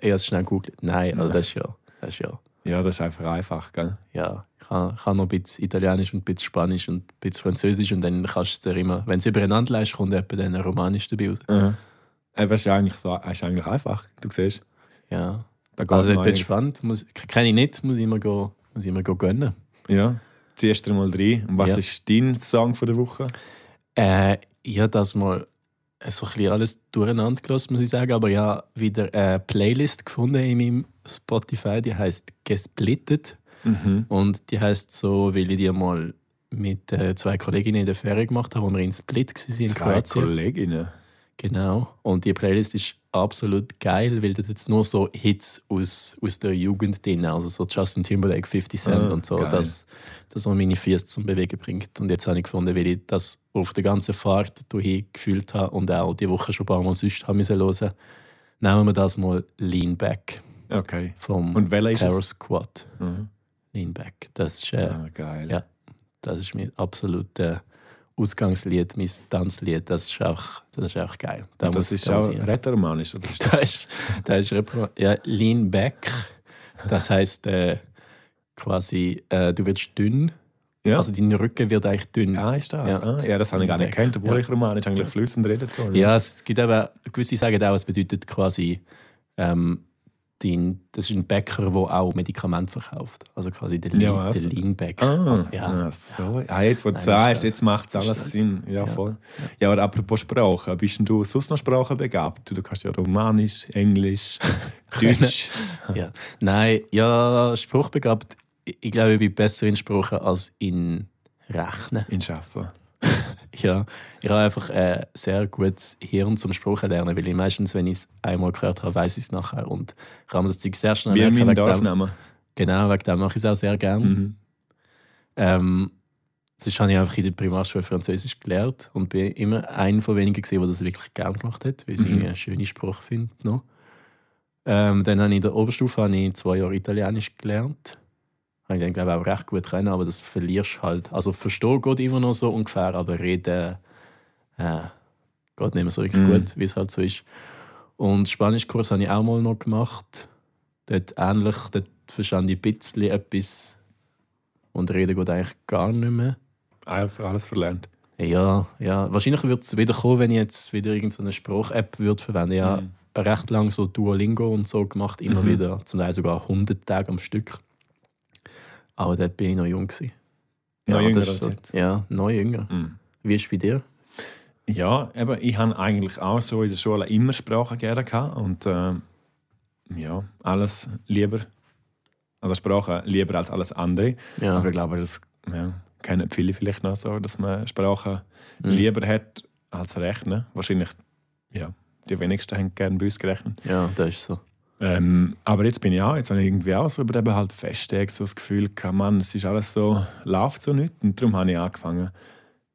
[SPEAKER 1] Erst schnell googelt. Nein, also das ist ja. Das ist ja.
[SPEAKER 3] Ja, das ist einfach einfach, gell?
[SPEAKER 1] ja, ich kann, kann noch ein bisschen Italienisch und ein bisschen Spanisch und ein bisschen Französisch und dann kannst du dir immer, wenn du übereinander leist, kommt etwa dann ein Romanisch dabei raus.
[SPEAKER 3] Mhm. Aber es ist eigentlich, so, es ist eigentlich einfach. Du siehst,
[SPEAKER 1] Ja,
[SPEAKER 3] da geht
[SPEAKER 1] also
[SPEAKER 3] also,
[SPEAKER 1] das ist spannend. Muss, kenne ich nicht, muss ich immer, go, muss ich immer go gönnen.
[SPEAKER 3] Ja, ziehst du mal rein. Und was
[SPEAKER 1] Ja.
[SPEAKER 3] ist dein Song von der Woche?
[SPEAKER 1] Äh, ich habe das mal so ein bisschen alles durcheinander gelassen, muss ich sagen, aber ja, wieder eine Playlist gefunden in meinem Spotify, die heißt Gesplittet.
[SPEAKER 3] Mhm.
[SPEAKER 1] Und die heißt so, weil ich die mal mit äh, zwei Kolleginnen in der Ferien gemacht habe, wo wir in Split waren in
[SPEAKER 3] Zwei
[SPEAKER 1] Kroatien.
[SPEAKER 3] Kolleginnen.
[SPEAKER 1] Genau. Und die Playlist ist absolut geil, weil das jetzt nur so Hits aus, aus der Jugend drin, also so Justin Timberlake, 50 Cent
[SPEAKER 3] Ah,
[SPEAKER 1] und so,
[SPEAKER 3] geil.
[SPEAKER 1] das, das, was meine Füße zum Bewegen bringt. Und jetzt habe ich gefunden, weil ich das auf der ganzen Fahrt hierhin gefühlt habe und auch die Woche schon ein paar Mal sonst haben müssen hören, nehmen wir das mal Lean Back
[SPEAKER 3] Okay.
[SPEAKER 1] vom
[SPEAKER 3] Und welcher ist
[SPEAKER 1] Terror
[SPEAKER 3] es?
[SPEAKER 1] Squad.
[SPEAKER 3] Mhm.
[SPEAKER 1] Lean Back. Das ist, äh,
[SPEAKER 3] Ah, geil.
[SPEAKER 1] Ja. das ist mein absolutes Ausgangslied, mein Tanzlied. Das ist auch, das ist auch geil. Da
[SPEAKER 3] Und das
[SPEAKER 1] muss-
[SPEAKER 3] ist
[SPEAKER 1] da muss
[SPEAKER 3] auch
[SPEAKER 1] ich-
[SPEAKER 3] rätoromanisch, oder? Ist das-
[SPEAKER 1] da ist, da ist Repro- ja, lean back. Das heißt äh, quasi, äh, du wirst dünn.
[SPEAKER 3] Ja.
[SPEAKER 1] Also dein Rücken wird eigentlich dünn. Ja.
[SPEAKER 3] Ah, ist das?
[SPEAKER 1] Ja.
[SPEAKER 3] Ja, ah, ja das habe ich gar nicht gekannt, obwohl
[SPEAKER 1] Ja.
[SPEAKER 3] ich romanisch eigentlich flüssend reden kann.
[SPEAKER 1] es gibt aber gewisse sagen auch, es bedeutet quasi, ähm, dein, das ist ein Bäcker, der auch Medikamente verkauft. Also quasi der,
[SPEAKER 3] Ja,
[SPEAKER 1] lean,
[SPEAKER 3] was?
[SPEAKER 1] der lean back.
[SPEAKER 3] Ah,
[SPEAKER 1] Ja.
[SPEAKER 3] ah, so. Ah, jetzt, wo
[SPEAKER 1] Nein,
[SPEAKER 3] du
[SPEAKER 1] das ist
[SPEAKER 3] sagst,
[SPEAKER 1] das.
[SPEAKER 3] jetzt macht es
[SPEAKER 1] Das ist
[SPEAKER 3] alles
[SPEAKER 1] das.
[SPEAKER 3] Sinn. Ja,
[SPEAKER 1] Ja.
[SPEAKER 3] voll. Ja, aber apropos Sprache, bist denn du sonst noch sprachenbegabt? Du, du kannst ja Romanisch, Englisch, Deutsch.
[SPEAKER 1] Ja. Nein, ja, spruchbegabt. Ich ich glaube, ich bin besser in Sprachen als in Rechnen.
[SPEAKER 3] in Schaffen.
[SPEAKER 1] Ja, ich habe einfach ein sehr gutes Hirn zum Sprachen lernen, weil ich meistens, wenn ich es einmal gehört habe, weiß ich es nachher und kann mir das Zeug sehr schnell
[SPEAKER 3] Wie
[SPEAKER 1] merken.
[SPEAKER 3] mein
[SPEAKER 1] wegen dem- Hm?
[SPEAKER 3] Dorfname.
[SPEAKER 1] Genau, wegen dem mache ich es auch sehr gerne.
[SPEAKER 3] Mhm.
[SPEAKER 1] Ähm, sonst habe ich einfach in der Primarschule Französisch gelernt und bin immer einer von wenigen, gewesen, der das wirklich gerne gemacht hat, weil ich
[SPEAKER 3] Mhm.
[SPEAKER 1] irgendwie einen schönen Spruch finde. Noch. Ähm, dann habe ich in der Oberstufe habe ich zwei Jahre Italienisch gelernt. Habe ich dann, glaube ich, auch recht gut können, aber das verlierst halt. Also verstehen geht immer noch so ungefähr, aber reden äh, geht nicht mehr so wirklich
[SPEAKER 3] Mhm.
[SPEAKER 1] gut, wie es halt so ist. Und Spanischkurs habe ich auch mal noch gemacht. Dort ähnlich, dort verstand ich ein bisschen etwas und reden geht eigentlich gar nicht mehr.
[SPEAKER 3] Einfach alles verlernt.
[SPEAKER 1] Ja, ja. Wahrscheinlich wird es wieder kommen, wenn ich jetzt wieder irgendeine Spruch-App würde verwenden. Ja,
[SPEAKER 3] Mhm.
[SPEAKER 1] recht lang so Duolingo und so gemacht, immer
[SPEAKER 3] Mhm.
[SPEAKER 1] wieder, zum Teil sogar 100 Tage am Stück. Aber dort bin ich noch jung gewesen.
[SPEAKER 3] Noch jünger
[SPEAKER 1] das ist
[SPEAKER 3] als
[SPEAKER 1] so,
[SPEAKER 3] jetzt.
[SPEAKER 1] Ja, noch jünger.
[SPEAKER 3] Mhm.
[SPEAKER 1] Wie ist es bei dir?
[SPEAKER 3] Ja, eben, ich habe eigentlich auch so in der Schule immer Sprachen gerne gehabt und ähm, ja, alles lieber. Also Sprache lieber als alles andere.
[SPEAKER 1] Ja.
[SPEAKER 3] Aber ich glaube, das ja, kennen viele vielleicht noch so, dass man Sprache
[SPEAKER 1] Mhm.
[SPEAKER 3] lieber hat als Rechnen. Wahrscheinlich, ja, die wenigsten haben gerne bei uns gerechnet.
[SPEAKER 1] Ja, das ist so.
[SPEAKER 3] Ähm, aber jetzt bin ich auch, jetzt habe ich irgendwie auch so über eben halt feststeckt, so das Gefühl, kann man, es ist alles so, läuft so nicht. Und darum habe ich angefangen,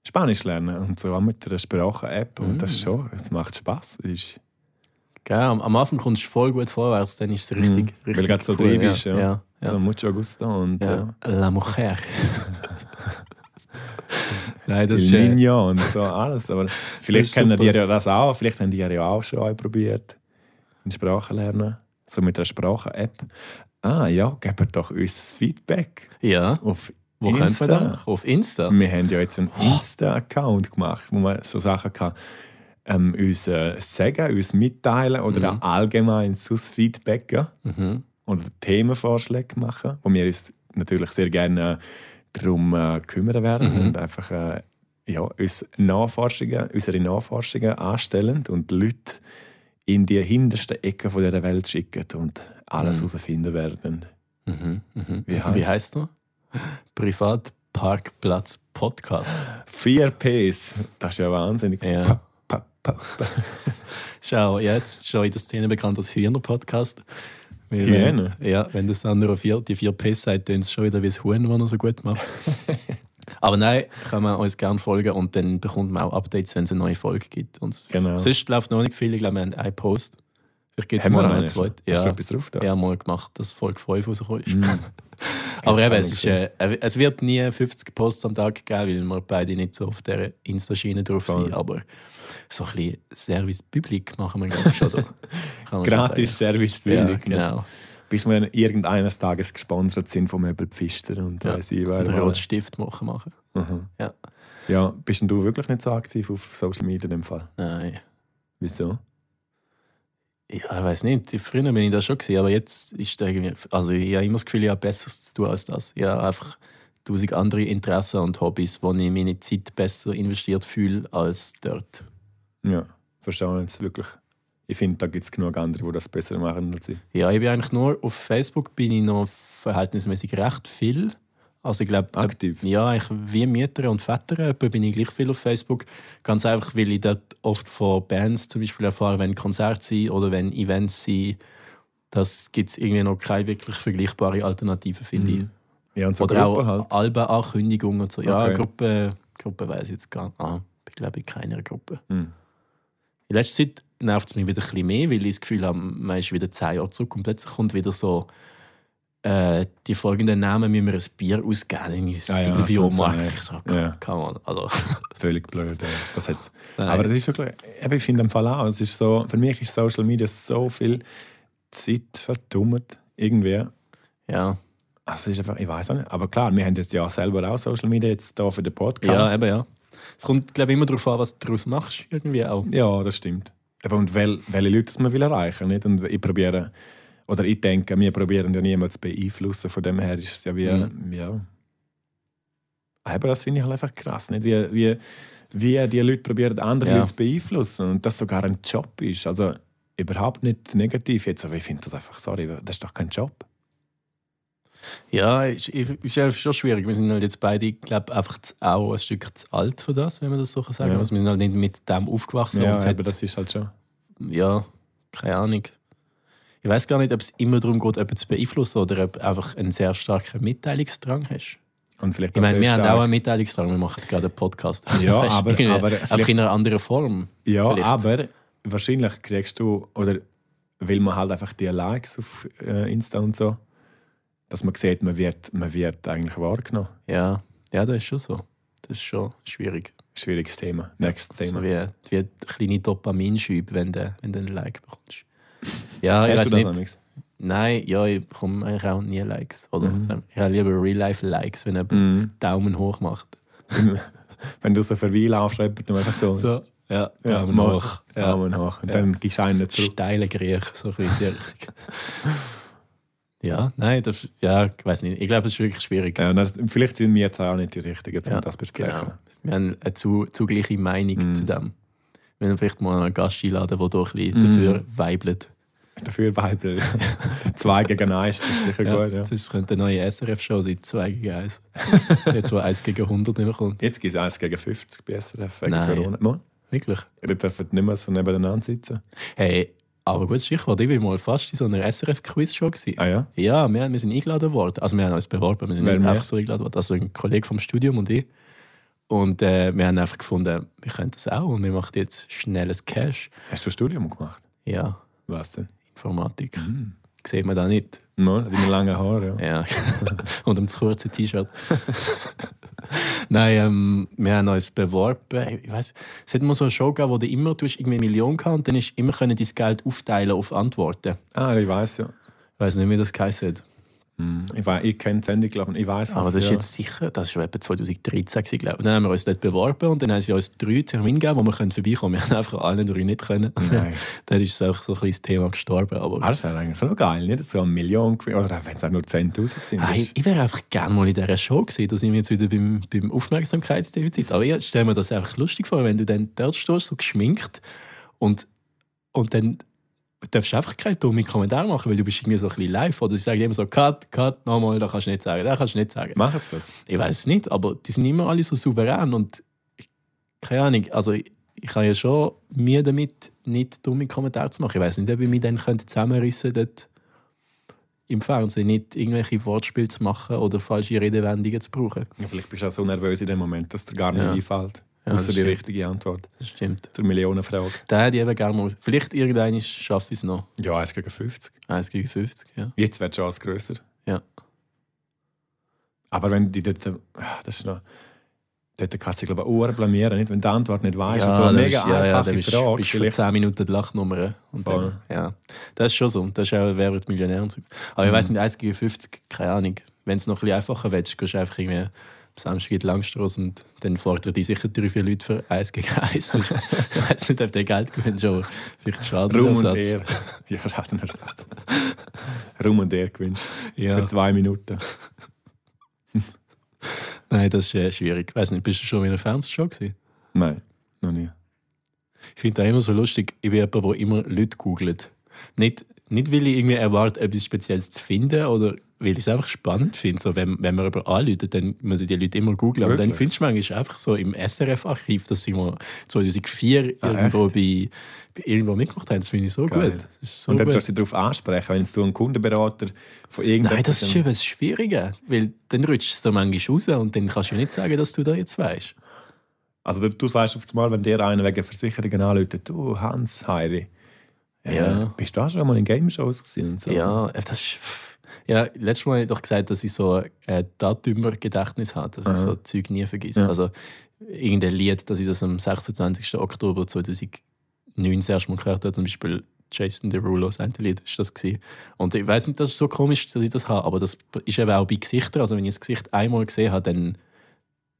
[SPEAKER 3] Spanisch zu lernen und so auch mit einer Sprachen-App.
[SPEAKER 1] Mhm.
[SPEAKER 3] Und das ist schon, es macht Spaß. Es Ist,
[SPEAKER 1] Gell, am, am Anfang kommst du voll gut vorwärts, dann ist es richtig.
[SPEAKER 3] Mhm.
[SPEAKER 1] richtig
[SPEAKER 3] Weil du gerade so
[SPEAKER 1] cool,
[SPEAKER 3] drin bist,
[SPEAKER 1] ja.
[SPEAKER 3] ja.
[SPEAKER 1] ja. ja.
[SPEAKER 3] So mucho gusto und
[SPEAKER 1] Ja. La Mujer. Nein,
[SPEAKER 3] äh,
[SPEAKER 1] das
[SPEAKER 3] El
[SPEAKER 1] ist. Äh,
[SPEAKER 3] Niño und so alles. Aber vielleicht
[SPEAKER 1] ist
[SPEAKER 3] kennen die
[SPEAKER 1] super.
[SPEAKER 3] ja das auch, vielleicht haben die ja auch schon auch probiert, in Sprachen lernen, so mit einer Sprachen-App. Ah ja, gebt doch uns das Feedback
[SPEAKER 1] ja,
[SPEAKER 3] auf
[SPEAKER 1] wo könnt
[SPEAKER 3] Insta.
[SPEAKER 1] man da? Oh. Auf Insta.
[SPEAKER 3] Wir haben ja jetzt einen Insta-Account gemacht, wo man so Sachen kann, ähm, uns äh, sagen, uns mitteilen oder
[SPEAKER 1] Mhm.
[SPEAKER 3] auch allgemein sus Feedback geben
[SPEAKER 1] Mhm.
[SPEAKER 3] oder Themenvorschläge machen, wo wir uns natürlich sehr gerne darum äh, kümmern werden
[SPEAKER 1] Mhm.
[SPEAKER 3] und einfach äh, ja, uns Nachforschungen, unsere Nachforschungen anstellen und Leute in die hintersten Ecken von dieser Welt schicken und alles
[SPEAKER 1] Mhm.
[SPEAKER 3] herausfinden werden.
[SPEAKER 1] Mhm. Mhm.
[SPEAKER 3] Wie
[SPEAKER 1] Wie
[SPEAKER 3] heißt-
[SPEAKER 1] heißt du? Privatparkplatz Podcast.
[SPEAKER 3] Vier Ps, das ist ja wahnsinnig.
[SPEAKER 1] Ja.
[SPEAKER 3] Pa, pa, pa.
[SPEAKER 1] Schau, jetzt schon in der Szene bekannt als Hühner Podcast. Weil,
[SPEAKER 3] Hyäne?
[SPEAKER 1] Äh, ja, wenn das andere vier, die vier Ps sagt, dann ist es schon wieder wie das Huhn, das er so gut macht. Aber nein, kann man uns gerne folgen und dann bekommt man auch Updates, wenn es eine neue Folge gibt. Und
[SPEAKER 3] Genau.
[SPEAKER 1] Sonst läuft noch nicht viel. Ich glaube, wir haben einen Post. Vielleicht gibt es
[SPEAKER 3] Haben wir
[SPEAKER 1] mal
[SPEAKER 3] noch
[SPEAKER 1] einen
[SPEAKER 3] einen?
[SPEAKER 1] zweiten.
[SPEAKER 3] Hast du
[SPEAKER 1] Ja,
[SPEAKER 3] etwas drauf da?
[SPEAKER 1] ja, mal gemacht, dass Folge 5 rausgekommen ist. Aber eben,
[SPEAKER 3] habe
[SPEAKER 1] es, ist,
[SPEAKER 3] ich
[SPEAKER 1] äh, es wird nie 50 Posts am Tag geben, weil wir beide nicht so auf der Insta-Schiene drauf
[SPEAKER 3] Voll.
[SPEAKER 1] sind. Aber so ein bisschen Service-Publik machen wir, glaube ich, schon. da. Kann man schon
[SPEAKER 3] Gratis Service
[SPEAKER 1] sagen. Ja,
[SPEAKER 3] billig.
[SPEAKER 1] genau.
[SPEAKER 3] Bis wir irgendeines Tages gesponsert sind vom Möbel Pfister und
[SPEAKER 1] Ja.
[SPEAKER 3] weiss ich, weil-
[SPEAKER 1] Oder Rotstift machen. machen.
[SPEAKER 3] Mhm.
[SPEAKER 1] Ja.
[SPEAKER 3] Ja, bist denn du wirklich nicht so aktiv auf Social Media in dem Fall?
[SPEAKER 1] Nein.
[SPEAKER 3] Wieso?
[SPEAKER 1] Ja, ich weiß nicht. Früher bin ich das schon gewesen, aber jetzt ist da irgendwie. Also ich habe immer das Gefühl, ich habe Besseres zu tun als das. Ich habe einfach tausend andere Interessen und Hobbys, wo ich meine Zeit besser investiert fühle als dort.
[SPEAKER 3] Ja, verstehe ich jetzt wirklich. Ich finde, da gibt es genug andere, die das besser machen als ich.
[SPEAKER 1] Ja, ich bin eigentlich nur auf Facebook bin ich noch verhältnismäßig recht viel. Also ich glaube,
[SPEAKER 3] Aktiv.
[SPEAKER 1] ja, ich, wie Mütter und Väter etwa bin ich gleich viel auf Facebook. Ganz einfach, weil ich dort oft von Bands zum Beispiel erfahre, wenn Konzerte sind oder wenn Events sind. Das gibt es irgendwie noch keine wirklich vergleichbare Alternative, finde ich.
[SPEAKER 3] Ja, und Mhm. so
[SPEAKER 1] Mhm. Oder
[SPEAKER 3] Gruppen
[SPEAKER 1] auch
[SPEAKER 3] halt.
[SPEAKER 1] Alben-Ankündigungen und so. Ja,
[SPEAKER 3] Okay.
[SPEAKER 1] Gruppe, Gruppe weiß ich jetzt gar nicht. Ah, ich glaube in keiner Gruppe.
[SPEAKER 3] Mhm.
[SPEAKER 1] In letzter Zeit nervt es mich wieder ein bisschen mehr, weil ich das Gefühl habe, man ist wieder zehn Jahre zurück und plötzlich kommt wieder so äh, die folgenden Namen müssen wir ein Bier ausgeben. Irgendwie
[SPEAKER 3] Ja, ja,
[SPEAKER 1] Silvio
[SPEAKER 3] so ein
[SPEAKER 1] Mark.
[SPEAKER 3] Zeug.
[SPEAKER 1] Ich so, come,
[SPEAKER 3] Ja.
[SPEAKER 1] come on. Also,
[SPEAKER 3] Völlig blöd. ja. Das hat's.
[SPEAKER 1] Nein.
[SPEAKER 3] Aber das ist wirklich, eben, ich finde im Fall auch, es ist so, für mich ist Social Media so viel Zeit verdummert. Irgendwie.
[SPEAKER 1] ja,
[SPEAKER 3] Also es ist einfach, ich weiß auch nicht. Aber klar, wir haben jetzt ja selber auch Social Media jetzt da für den Podcast.
[SPEAKER 1] ja, eben ja. Es kommt, glaube ich, immer darauf an, was du daraus machst. Irgendwie auch.
[SPEAKER 3] Ja, das stimmt. Aber und wel, welche Leute das man will erreichen nicht? Und ich probiere, oder ich denke, wir probieren ja niemanden zu beeinflussen. Von dem her ist es ja wie,
[SPEAKER 1] Mhm.
[SPEAKER 3] ja. Aber das finde ich halt einfach krass, nicht? Wie, wie, wie die Leute probieren, andere
[SPEAKER 1] Ja.
[SPEAKER 3] Leute zu beeinflussen und das sogar ein Job ist. Also überhaupt nicht negativ jetzt, aber ich finde das einfach, sorry, das ist doch kein Job.
[SPEAKER 1] Ja, ist, ist ja schon schwierig. Wir sind halt jetzt beide, glaube ich, einfach zu, auch ein Stück zu alt für das, wenn man das so kann sagen
[SPEAKER 3] Ja.
[SPEAKER 1] kann. Also wir sind halt nicht mit dem aufgewachsen. und es hat-
[SPEAKER 3] aber das ist halt schon.
[SPEAKER 1] ja, keine Ahnung. Ich weiß gar nicht, ob es immer darum geht, jemanden zu beeinflussen oder ob du einfach einen sehr starken Mitteilungsdrang hast.
[SPEAKER 3] Und vielleicht
[SPEAKER 1] Ich meine,
[SPEAKER 3] sehr
[SPEAKER 1] wir haben
[SPEAKER 3] stark-
[SPEAKER 1] auch einen Mitteilungsdrang, wir machen gerade einen Podcast.
[SPEAKER 3] Ja,
[SPEAKER 1] Weißt du,
[SPEAKER 3] aber-
[SPEAKER 1] irgendwie
[SPEAKER 3] aber
[SPEAKER 1] einfach
[SPEAKER 3] vielleicht-
[SPEAKER 1] in einer anderen Form.
[SPEAKER 3] Ja,
[SPEAKER 1] Vielleicht.
[SPEAKER 3] aber wahrscheinlich kriegst du, oder will man halt einfach die Likes auf äh, Insta und so, dass man sieht, man wird, man wird eigentlich wahrgenommen.
[SPEAKER 1] Ja, ja, das ist schon so. Das ist schon schwierig.
[SPEAKER 3] Schwieriges Thema. Nächstes Thema.
[SPEAKER 1] So wie, wie eine kleine Dopaminschübe, wenn du, wenn du einen Like bekommst. Ja, ich
[SPEAKER 3] Hast
[SPEAKER 1] weiß
[SPEAKER 3] du das
[SPEAKER 1] nicht.
[SPEAKER 3] noch nichts?
[SPEAKER 1] Nein, ja, ich bekomme eigentlich auch nie Likes. Oder?
[SPEAKER 3] Mhm.
[SPEAKER 1] Ich habe lieber Real-Life-Likes, wenn jemand
[SPEAKER 3] Mhm.
[SPEAKER 1] Daumen hoch macht.
[SPEAKER 3] Wenn du so vorbeilaufst, schreibt man einfach so.
[SPEAKER 1] So, ja,
[SPEAKER 3] Ja,
[SPEAKER 1] Daumen
[SPEAKER 3] mach.
[SPEAKER 1] hoch. Ja.
[SPEAKER 3] Daumen hoch. Und
[SPEAKER 1] Ja.
[SPEAKER 3] dann gibst du einen zurück.
[SPEAKER 1] Steile Griech, so ein bisschen in die Richtung. Ja, nein, das, ja, ich weiß nicht. Ich glaube, es ist wirklich schwierig.
[SPEAKER 3] Ja, und das, vielleicht sind wir jetzt auch nicht die Richtigen, um
[SPEAKER 1] Ja,
[SPEAKER 3] das besprechen.
[SPEAKER 1] genau. Wir haben eine zu, zugleiche Meinung
[SPEAKER 3] Mhm.
[SPEAKER 1] zu dem. Wir haben vielleicht mal einen Gast einladen, der da ein bisschen
[SPEAKER 3] Mhm.
[SPEAKER 1] dafür weibelt.
[SPEAKER 3] Dafür Weibel. Zwei gegen eins, das ist sicher
[SPEAKER 1] Ja,
[SPEAKER 3] gut. Ja.
[SPEAKER 1] Das könnte eine neue SRF-Show sein, 2 gegen 1. Jetzt, wo 1 gegen 100 nicht mehr kommt.
[SPEAKER 3] Jetzt gibt es 1 gegen 50 besser wegen
[SPEAKER 1] Nein.
[SPEAKER 3] Corona. Mo,
[SPEAKER 1] Wirklich.
[SPEAKER 3] Ihr dürft nicht mehr so nebeneinander sitzen.
[SPEAKER 1] Hey, aber gutes Stichwort. Ich war mal fast in so einer SRF-Quiz-Show. gewesen.
[SPEAKER 3] Ah ja?
[SPEAKER 1] Ja, wir, wir sind eingeladen worden. Also wir haben uns beworben, wir sind
[SPEAKER 3] Wer
[SPEAKER 1] nicht
[SPEAKER 3] mehr?
[SPEAKER 1] einfach so eingeladen worden. Also ein Kollege vom Studium und ich. Und äh, wir haben einfach gefunden, wir können das auch und wir machen jetzt schnelles Cash.
[SPEAKER 3] Hast du ein Studium gemacht?
[SPEAKER 1] Ja,
[SPEAKER 3] Was denn?
[SPEAKER 1] Informatik.
[SPEAKER 3] Mhm.
[SPEAKER 1] Sieht man da nicht.
[SPEAKER 3] No, hat immer lange Haare, ja.
[SPEAKER 1] Ja. und um das kurze T-Shirt. Nein, ähm, wir haben uns beworben. Ich weiß, es hat mal so eine Show gegeben, wo du immer du hast irgendwie eine Million gehabt und dann ist immer können dein Geld aufteilen auf Antworten.
[SPEAKER 3] Ah, ich weiß ja.
[SPEAKER 1] Ich weiß nicht, wie das geheißen hat.
[SPEAKER 3] Mhm. Ich, wei- ich kenne die Sendung, glaube ich. Ich weiß es.
[SPEAKER 1] Aber das ist
[SPEAKER 3] ja.
[SPEAKER 1] jetzt sicher, das war schon etwa 2013, gewesen, glaube ich. Dann haben wir uns dort beworben und dann haben sie uns drei Termine gegeben, wo wir können vorbeikommen konnten. Wir haben einfach an allen drei nicht können.
[SPEAKER 3] Nein.
[SPEAKER 1] dann ist es auch so ein bisschen das Thema gestorben. Aber
[SPEAKER 3] Ah, das wäre eigentlich noch geil, nicht? So eine Million gewinnt. Oder wenn es auch nur 10.000 sind.
[SPEAKER 1] Hey,
[SPEAKER 3] ist-
[SPEAKER 1] ich wäre einfach gerne mal in dieser Show gewesen. Da sind wir jetzt wieder beim, beim Aufmerksamkeitsdefizit. Aber ich stelle mir das einfach lustig vor, wenn du dann dort stehst, so geschminkt und, und dann darfst du einfach keinen dummen Kommentar machen, weil du bist irgendwie so ein bisschen live. Oder sie sagen immer so, cut, cut, nochmal, da kannst du nicht sagen, da kannst du nicht sagen.
[SPEAKER 3] Machen sie das?
[SPEAKER 1] Ich weiß es nicht, aber die sind immer alle so souverän und ich- keine Ahnung, also ich, ich habe ja schon mir damit nicht dumme Kommentare zu machen. Ich weiß nicht, ob ich mich dann könnte zusammenrissen könnte. dort. im Fernsehen nicht irgendwelche Wortspiele zu machen oder falsche Redewendungen zu brauchen.
[SPEAKER 3] Ja, vielleicht bist du auch so nervös in dem Moment, dass dir gar nicht
[SPEAKER 1] Ja.
[SPEAKER 3] einfällt.
[SPEAKER 1] Ja,
[SPEAKER 3] Außer
[SPEAKER 1] das
[SPEAKER 3] die
[SPEAKER 1] stimmt.
[SPEAKER 3] richtige Antwort
[SPEAKER 1] Das stimmt.
[SPEAKER 3] zur Millionenfrage.
[SPEAKER 1] Da hätte ich eben gerne mal. Vielleicht irgendwann schaffe ich es noch.
[SPEAKER 3] Ja, 1 gegen 50.
[SPEAKER 1] 1 gegen 50, ja.
[SPEAKER 3] Jetzt wird die Chance grösser.
[SPEAKER 1] Ja.
[SPEAKER 3] Aber wenn die dort. Ja, das ist noch. Dort kannst du dich, glaube ich, auch blamieren, nicht? wenn du die Antwort nicht weißt. also eine
[SPEAKER 1] dann
[SPEAKER 3] mega
[SPEAKER 1] bist- ja, ja,
[SPEAKER 3] einfache
[SPEAKER 1] dann bist-
[SPEAKER 3] Frage.
[SPEAKER 1] Bist für
[SPEAKER 3] vielleicht
[SPEAKER 1] 10 Minuten die Lachnummer. Und
[SPEAKER 3] Voll.
[SPEAKER 1] dann, ja. Das ist schon so. Das ist auch, wer wird Millionär und so. Aber ich weiß
[SPEAKER 3] Mhm.
[SPEAKER 1] nicht, 1 gegen 50, keine Ahnung. Wenn es noch ein bisschen einfacher willst, gehst du einfach irgendwie am Samstag in die Langstrasse und dann fordern die sicher drei, vier Leute für 1 gegen 1. ich weiß nicht, ob der Geld gewinnt, aber vielleicht schade.
[SPEAKER 3] Ruhm und Ehre. Ja, Schadenersatz. Ruhm und Ehre gewünscht.
[SPEAKER 1] Ja.
[SPEAKER 3] Für zwei Minuten.
[SPEAKER 1] Nein, das ist äh, schwierig. Weiß nicht, bist du schon wieder in einer Fernsehshow gewesen?
[SPEAKER 3] Nein, noch nie.
[SPEAKER 1] Ich finde das immer so lustig. Ich bin jemand, der immer Leute googelt. Nicht, nicht, weil ich irgendwie erwarte, etwas Spezielles zu finden oder weil ich es einfach spannend finde. So, wenn, wenn man über anruft, dann müssen die Leute immer googeln. Aber dann
[SPEAKER 3] Wirklich?
[SPEAKER 1] findest du manchmal einfach so im SRF-Archiv, dass sie mal 2004
[SPEAKER 3] Ah,
[SPEAKER 1] irgendwo, bei, bei irgendwo mitgemacht haben. Das finde ich so
[SPEAKER 3] Geil.
[SPEAKER 1] gut. Das ist so
[SPEAKER 3] und dann
[SPEAKER 1] gut.
[SPEAKER 3] darfst du sie darauf ansprechen, wenn du einen Kundenberater von irgendeinem.
[SPEAKER 1] Nein, das ist eben das Schwierige. Weil dann rutschst du da manchmal raus und dann kannst du ja nicht sagen, dass du da jetzt weißt.
[SPEAKER 3] Also du, du sagst auf einmal, wenn dir einer wegen Versicherungen anläutet, du Hans Heiri. äh,
[SPEAKER 1] Ja.
[SPEAKER 3] Bist du auch schon mal in Game Shows gesehen? Und so?
[SPEAKER 1] Ja, äh, das ist. Ja, letztes Mal habe ich doch gedauert, dass ich so ein Datümer-Gedächtnis habe, dass ich so Zeug nie vergesse.
[SPEAKER 3] Ja.
[SPEAKER 1] Also irgendein Lied, dass ich das am 26. Oktober 2009 das erste Mal gehört habe, zum Beispiel Jason Derulo, sein Lied ist das gewesen. Und ich weiß nicht, das ist so komisch, dass ich das habe, aber das ist eben auch bei Gesichtern. Also wenn ich das Gesicht einmal gesehen habe, dann,